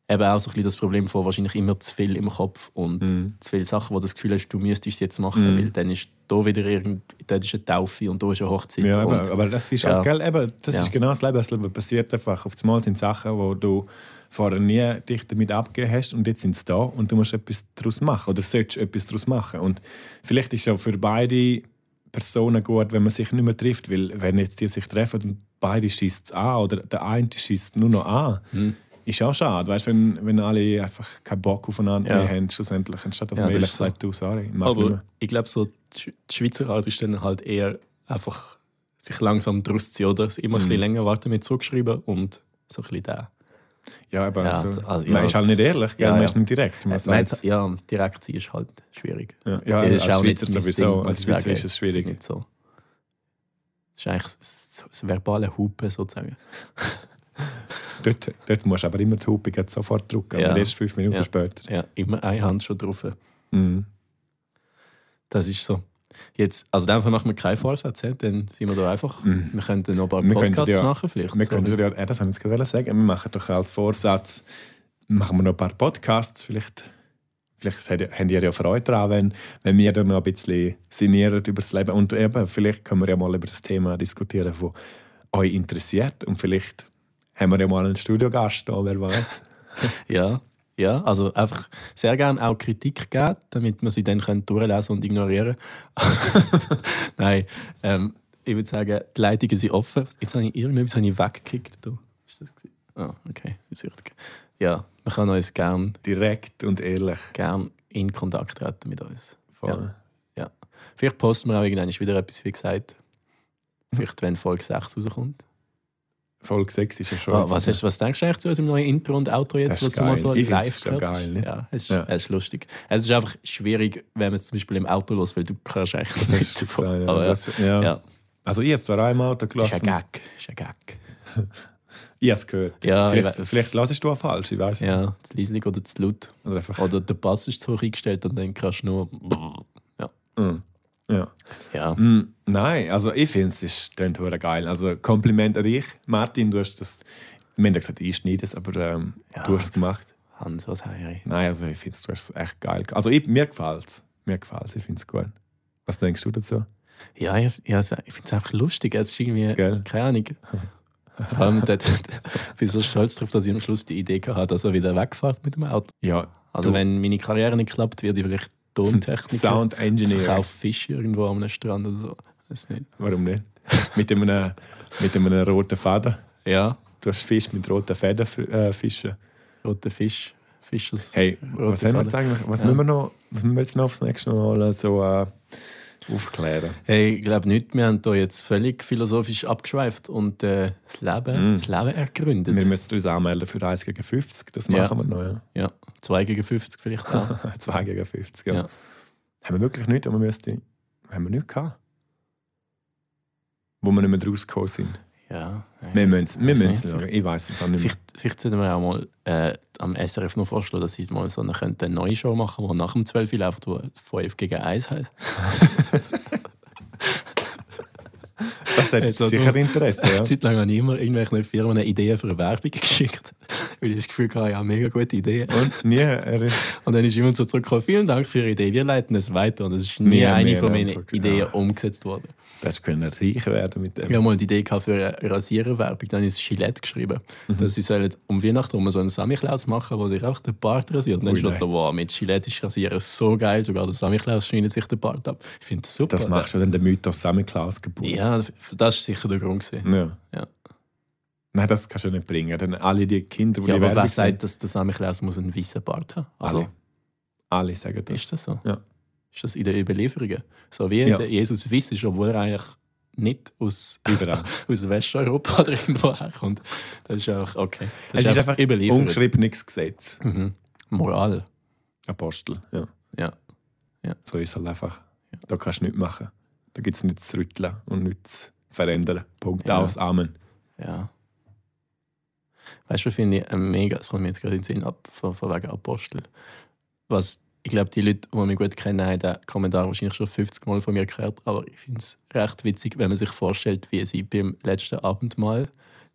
[SPEAKER 1] Eben auch so ein bisschen das Problem von wahrscheinlich immer zu viel im Kopf und
[SPEAKER 3] Mhm.
[SPEAKER 1] zu viele Sachen, wo du das Gefühl hast, du müsstest es jetzt machen,
[SPEAKER 3] Mhm.
[SPEAKER 1] weil dann ist da wieder irgend, dort ist eine Taufe und da ist eine Hochzeit.
[SPEAKER 3] Ja,
[SPEAKER 1] und,
[SPEAKER 3] eben, aber das ist
[SPEAKER 1] ja.
[SPEAKER 3] halt, gell, eben, das
[SPEAKER 1] Ja.
[SPEAKER 3] ist genau das Leben. Das Leben passiert einfach. Auf einmal sind Sachen, wo du vorher nie dich damit abgegeben hast und jetzt sind sie da und du musst etwas daraus machen oder solltest etwas daraus machen. Und vielleicht ist ja für beide Personen gut, wenn man sich nicht mehr trifft, weil wenn jetzt die sich treffen und beide schießt es an oder der eine schießt nur noch an,
[SPEAKER 1] Mhm.
[SPEAKER 3] ist auch schade. Weißt du, wenn, wenn alle einfach keinen Bock aufeinander
[SPEAKER 1] Ja.
[SPEAKER 3] mehr haben, schlussendlich, anstatt dass
[SPEAKER 1] Ja,
[SPEAKER 3] man
[SPEAKER 1] das
[SPEAKER 3] ehrlich
[SPEAKER 1] ist so.
[SPEAKER 3] sagt, du, sorry, ich mag nicht
[SPEAKER 1] aber
[SPEAKER 3] mehr.
[SPEAKER 1] ich glaube, so die Sch- die Schweizer Art ist dann halt eher einfach sich langsam draus ziehen, oder? Es Immer ein
[SPEAKER 3] Mhm.
[SPEAKER 1] bisschen länger warten mit zurückschreiben und so ein bisschen da.
[SPEAKER 3] Ja, aber
[SPEAKER 1] Ja,
[SPEAKER 3] also,
[SPEAKER 1] also, ja,
[SPEAKER 3] man ist halt nicht ehrlich, gell?
[SPEAKER 1] ja,
[SPEAKER 3] man
[SPEAKER 1] ja.
[SPEAKER 3] ist nicht direkt. Man
[SPEAKER 1] Nein,
[SPEAKER 3] sagt-
[SPEAKER 1] ja, direkt sein ist halt schwierig.
[SPEAKER 3] Ja, ja
[SPEAKER 1] Das
[SPEAKER 3] als
[SPEAKER 1] ist auch
[SPEAKER 3] Schweizer
[SPEAKER 1] nicht mein
[SPEAKER 3] sowieso.
[SPEAKER 1] Ding, muss
[SPEAKER 3] als
[SPEAKER 1] ich
[SPEAKER 3] Schweizer
[SPEAKER 1] sagen.
[SPEAKER 3] ist es schwierig.
[SPEAKER 1] Nicht so. Das ist eigentlich das, das verbale Hupen sozusagen.
[SPEAKER 3] Dort, dort musst du aber immer die Hupe gleich sofort drücken,
[SPEAKER 1] Ja.
[SPEAKER 3] aber erst fünf Minuten
[SPEAKER 1] Ja.
[SPEAKER 3] später.
[SPEAKER 1] Ja, immer eine Hand schon drauf.
[SPEAKER 3] Mhm.
[SPEAKER 1] Das ist so. Jetzt, also in dem Fall machen wir keinen Vorsatz, he? dann sind wir da einfach.
[SPEAKER 3] Mhm.
[SPEAKER 1] Wir könnten noch ein paar
[SPEAKER 3] Wir könnten
[SPEAKER 1] Podcasts
[SPEAKER 3] ja-
[SPEAKER 1] machen vielleicht.
[SPEAKER 3] Wir
[SPEAKER 1] So
[SPEAKER 3] können
[SPEAKER 1] mit-
[SPEAKER 3] ja, äh, das haben wir jetzt gerade sagen, wir machen doch als Vorsatz, machen wir noch ein paar Podcasts, vielleicht Vielleicht hat- habt ihr ja Freude daran, wenn, wenn wir dann noch ein bisschen sinnieren über das Leben. Und eben, vielleicht können wir ja mal über das Thema diskutieren, das euch interessiert. Und vielleicht haben wir ja mal einen Studiogast da, wer weiß.
[SPEAKER 1] Ja, ja, also einfach sehr gerne auch Kritik geben, damit man sie dann können durchlesen und ignorieren Nein, ähm, ich würde sagen, die Leitungen sind offen. Jetzt habe ich irgendetwas habe ich weggekickt. Da. Ist das gewesen? Ah, okay, ist richtig. Ja, man kann uns gerne
[SPEAKER 3] Direkt und ehrlich.
[SPEAKER 1] gern in Kontakt treten mit uns.
[SPEAKER 3] Voll.
[SPEAKER 1] Ja. Vielleicht posten wir auch irgendwann wieder etwas, wie gesagt. Vielleicht, wenn Folge 6 rauskommt.
[SPEAKER 3] Folge 6 ist ja schon.
[SPEAKER 1] Ah,
[SPEAKER 3] jetzt-
[SPEAKER 1] was, hast, was denkst du eigentlich zu unserem neuen Intro und Outro jetzt,
[SPEAKER 3] Das
[SPEAKER 1] was
[SPEAKER 3] ist
[SPEAKER 1] du mal
[SPEAKER 3] geil.
[SPEAKER 1] so
[SPEAKER 3] Ich
[SPEAKER 1] live
[SPEAKER 3] find's schon
[SPEAKER 1] gehört hast?
[SPEAKER 3] geil, ne?
[SPEAKER 1] Ja, es ist,
[SPEAKER 3] Ja.
[SPEAKER 1] Es ist lustig. Es ist einfach schwierig, wenn man es zum Beispiel im Auto los, weil du hörst eigentlich das
[SPEAKER 3] Das ist
[SPEAKER 1] nicht davon.
[SPEAKER 3] gesagt,
[SPEAKER 1] Aber
[SPEAKER 3] ja.
[SPEAKER 1] ja,
[SPEAKER 3] Das, ja.
[SPEAKER 1] ja.
[SPEAKER 3] Also, ich habe es zwar auch im Auto
[SPEAKER 1] ist ein
[SPEAKER 3] gelassen.
[SPEAKER 1] Gag. Ist ein Gag.
[SPEAKER 3] Ich habe es gehört.
[SPEAKER 1] Ja, ich we-
[SPEAKER 3] vielleicht, vielleicht hörst du auch falsch, ich weiß es nicht.
[SPEAKER 1] Ja, zu leislig oder zu laut.
[SPEAKER 3] Oder einfach.
[SPEAKER 1] Oder der Bass ist zu hoch eingestellt und dann kannst du nur...
[SPEAKER 3] Mm. Ja.
[SPEAKER 1] Ja,
[SPEAKER 3] Mm, nein, also ich finde es ist klingt hure geil. Also Kompliment an dich, Martin, du hast das. Wir haben ja gesagt, ich schneide es, aber ähm,
[SPEAKER 1] Ja.
[SPEAKER 3] du hast es gemacht.
[SPEAKER 1] Hans, was habe ich?
[SPEAKER 3] Nein, also ich finde es, du hast es echt geil. ge- Also ich, mir gefällt es. Mir gefällt es, ich finde es gut. Was denkst du dazu?
[SPEAKER 1] Ja, ich, ja, es- ich finde es einfach lustig. Es ist irgendwie,
[SPEAKER 3] Gell?
[SPEAKER 1] keine Ahnung. Vor allem, dort- ich bin so stolz darauf, dass ich am Schluss die Idee hatte, dass er wieder wegfährt mit dem Auto.
[SPEAKER 3] Ja,
[SPEAKER 1] Also,
[SPEAKER 3] Du-
[SPEAKER 1] wenn meine Karriere nicht klappt, werde ich vielleicht Tontechniker.
[SPEAKER 3] Sound
[SPEAKER 1] Ich
[SPEAKER 3] Engineer.
[SPEAKER 1] verkaufe Fische irgendwo am Strand oder so. Weiß nicht.
[SPEAKER 3] Warum nicht? mit, einem, mit einem roten Faden.
[SPEAKER 1] Ja,
[SPEAKER 3] Du hast Fisch mit roten Fäden f- äh, fischen.
[SPEAKER 1] roter Fisch. Fischers.
[SPEAKER 3] Hey,
[SPEAKER 1] Rote
[SPEAKER 3] was haben wir
[SPEAKER 1] Faden.
[SPEAKER 3] jetzt eigentlich? Was
[SPEAKER 1] Ja.
[SPEAKER 3] müssen wir noch, was müssen wir jetzt noch aufs nächste Mal äh, so äh, aufklären?
[SPEAKER 1] Hey, ich glaube nicht, wir haben da jetzt völlig philosophisch abgeschweift und äh, das, Leben,
[SPEAKER 3] Mm.
[SPEAKER 1] das Leben ergründet.
[SPEAKER 3] Wir müssen uns anmelden für 1 gegen 50, das
[SPEAKER 1] Ja.
[SPEAKER 3] machen wir noch. Ja.
[SPEAKER 1] Ja, 2 gegen 50 vielleicht auch.
[SPEAKER 3] 2 gegen 50, ja.
[SPEAKER 1] Ja.
[SPEAKER 3] Haben wir wirklich nichts, aber wir müssten. Haben wir nichts gehabt? Wo wir nicht mehr rausgekommen sind.
[SPEAKER 1] ja, ich
[SPEAKER 3] Wir
[SPEAKER 1] weiß-
[SPEAKER 3] müssen wir
[SPEAKER 1] weiß
[SPEAKER 3] müssen
[SPEAKER 1] nicht.
[SPEAKER 3] schauen. Ich weiß es auch nicht mehr.
[SPEAKER 1] Vielleicht, vielleicht sollten wir auch mal äh, am SRF noch vorstellen, dass sie mal so eine, könnten eine neue Show machen die nach dem 12 Uhr läuft, die 5 gegen 1 heißt.
[SPEAKER 3] Das hat
[SPEAKER 1] Also,
[SPEAKER 3] sicher
[SPEAKER 1] du-
[SPEAKER 3] Interesse.
[SPEAKER 1] Eine
[SPEAKER 3] Ja.
[SPEAKER 1] Zeit lang habe ich immer irgendwelchen Firmen Ideen für eine Werbung geschickt, weil ich das Gefühl hatte, ja, mega gute Idee.
[SPEAKER 3] Und nie. Er,
[SPEAKER 1] Und dann ist jemand so zurückgekommen, vielen Dank für Ihre Idee, wir leiten es weiter. Und es ist nie
[SPEAKER 3] Nie
[SPEAKER 1] eine
[SPEAKER 3] mehr
[SPEAKER 1] von meinen
[SPEAKER 3] Antwort, genau.
[SPEAKER 1] Ideen umgesetzt worden.
[SPEAKER 3] das können reich werden mit dem.
[SPEAKER 1] Ich habe mal die Idee gehabt für eine Rasiererwerbung, dann ist Gillette geschrieben,
[SPEAKER 3] Mhm.
[SPEAKER 1] dass sie sollen um Weihnachten herum so einen Samichlaus machen, wo sich auch der Bart rasiert. Und dann
[SPEAKER 3] Ui,
[SPEAKER 1] steht
[SPEAKER 3] nein.
[SPEAKER 1] so, wow, mit Gillette ist Rasieren so geil, sogar der Samichlaus schneidet sich den Bart ab. Ich finde das super.
[SPEAKER 3] Das machst du dann den Mythos Sammy Klaus geboren.
[SPEAKER 1] Ja, das ist sicher der Grund gewesen.
[SPEAKER 3] Ja.
[SPEAKER 1] Ja.
[SPEAKER 3] Nein, das kannst du nicht bringen. Dann alle die Kinder, die
[SPEAKER 1] Ja,
[SPEAKER 3] die
[SPEAKER 1] aber
[SPEAKER 3] Werbung
[SPEAKER 1] wer
[SPEAKER 3] sehen,
[SPEAKER 1] sagt, dass der Samichlaus muss einen weißen Bart haben? Also,
[SPEAKER 3] alle. Alle sagen Ah, das.
[SPEAKER 1] ist das so?
[SPEAKER 3] Ja.
[SPEAKER 1] Ist das in den Überlieferungen? So wie
[SPEAKER 3] Ja.
[SPEAKER 1] der Jesus weiß ist, obwohl er eigentlich nicht aus,
[SPEAKER 3] Überall.
[SPEAKER 1] aus Westeuropa oder irgendwo herkommt. Das ist einfach okay. Das
[SPEAKER 3] Es ist einfach
[SPEAKER 1] überliefert.
[SPEAKER 3] Ungeschriebenes Gesetz.
[SPEAKER 1] Mhm. Moral.
[SPEAKER 3] Apostel. Ja.
[SPEAKER 1] Ja. Ja.
[SPEAKER 3] So ist es halt einfach. Da kannst du nichts machen. Da gibt es nichts zu rütteln und nichts zu verändern. Punkt
[SPEAKER 1] Ja.
[SPEAKER 3] aus. Amen.
[SPEAKER 1] Ja. Weißt du, finde ich ein äh, mega, das kommt mir jetzt gerade in den Sinn ab, von, von wegen Apostel. Was, ich glaube, die Leute, die mich gut kennen, haben den Kommentar wahrscheinlich schon 50 Mal von mir gehört, aber ich finde es recht witzig, wenn man sich vorstellt, wie sie beim letzten Abendmahl,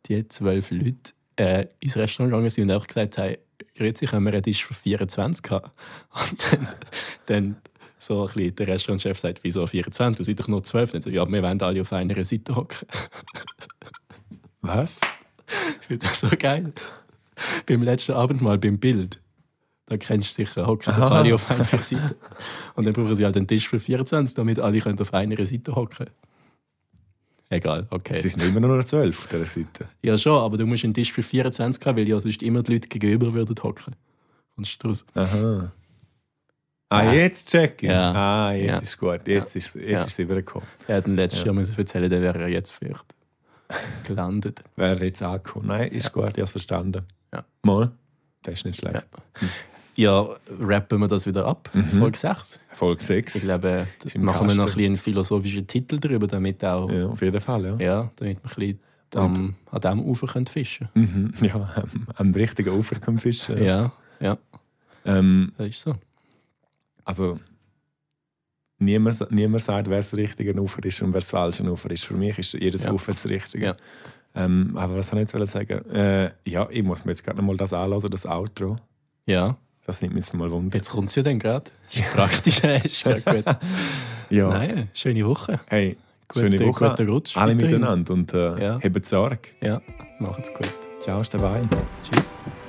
[SPEAKER 1] die zwölf Leute, äh, ins Restaurant gegangen sind und auch gesagt haben, Grüezi, können wir einen Tisch für 24 haben? Und dann, dann so ein bisschen der Restaurantchef sagt, wieso 24, das sind doch nur 12. Und dann so, ja, wir wollen alle auf einer Seite hocken.
[SPEAKER 3] Was?
[SPEAKER 1] Ich finde das so geil. Beim letzten Abendmahl, beim Bild, da kennst du sicher, hocken doch
[SPEAKER 3] Aha.
[SPEAKER 1] alle auf einer Seite. Und dann brauchen sie halt einen Tisch für 24, damit alle können auf einer Seite hocken Egal,
[SPEAKER 3] Es
[SPEAKER 1] okay.
[SPEAKER 3] ist immer nur 12 auf dieser Seite.
[SPEAKER 1] Ja, schon, aber du musst einen Tisch für 24 haben, weil ja sonst immer die Leute gegenüber würden hocken. Und Struss.
[SPEAKER 3] Aha. Ah,
[SPEAKER 1] Ja.
[SPEAKER 3] jetzt check ich
[SPEAKER 1] Ja.
[SPEAKER 3] Ah, jetzt
[SPEAKER 1] Ja.
[SPEAKER 3] ist gut. Jetzt ist jetzt
[SPEAKER 1] Ja.
[SPEAKER 3] ist es übergekommen.
[SPEAKER 1] Er hat ihn letztes Jahr müssen erzählen, dann wäre er jetzt vielleicht gelandet.
[SPEAKER 3] Wäre jetzt angekommen. Nein, ist gut. Ich habe es verstanden.
[SPEAKER 1] Ja.
[SPEAKER 3] Mal. Das ist nicht schlecht. Mhm.
[SPEAKER 1] Ja. Ja, rappen wir das wieder ab, Folge 6.
[SPEAKER 3] Folge 6.
[SPEAKER 1] Ich glaube, das
[SPEAKER 3] Ist im
[SPEAKER 1] machen wir noch ein
[SPEAKER 3] Kasten.
[SPEAKER 1] bisschen einen philosophischen Titel darüber, damit auch
[SPEAKER 3] Ja, auf jeden Fall, ja.
[SPEAKER 1] Ja, damit man ein bisschen am, an diesem Ufer können fischen
[SPEAKER 3] Mhm. Ja, am, am richtigen Ufer können fischen.
[SPEAKER 1] kann. Ja, ja,
[SPEAKER 3] Ähm,
[SPEAKER 1] das ist so.
[SPEAKER 3] also, niemand, niemand sagt, wer das richtige Ufer ist und wer das falsche Ufer ist. Für mich ist jedes
[SPEAKER 1] Ja.
[SPEAKER 3] Ufer das richtige.
[SPEAKER 1] Ja.
[SPEAKER 3] Ähm, aber was soll ich jetzt sagen? Äh, ja, ich muss mir jetzt gerade noch mal das anhören, das Outro.
[SPEAKER 1] Ja,
[SPEAKER 3] Das nimmt mich jetzt mal Wunder.
[SPEAKER 1] Jetzt kommt es ja dann gerade. Ist praktisch, äh, ist ja gut.
[SPEAKER 3] Ja.
[SPEAKER 1] Nein, schöne Woche.
[SPEAKER 3] Hey,
[SPEAKER 1] Gute-
[SPEAKER 3] schöne Woche.
[SPEAKER 1] guten Rutsch
[SPEAKER 3] Alle
[SPEAKER 1] weiterhin.
[SPEAKER 3] miteinander und äh,
[SPEAKER 1] Ja.
[SPEAKER 3] habt Sorge.
[SPEAKER 1] Ja, macht's gut.
[SPEAKER 3] Ciao, Stebein.
[SPEAKER 1] Tschüss.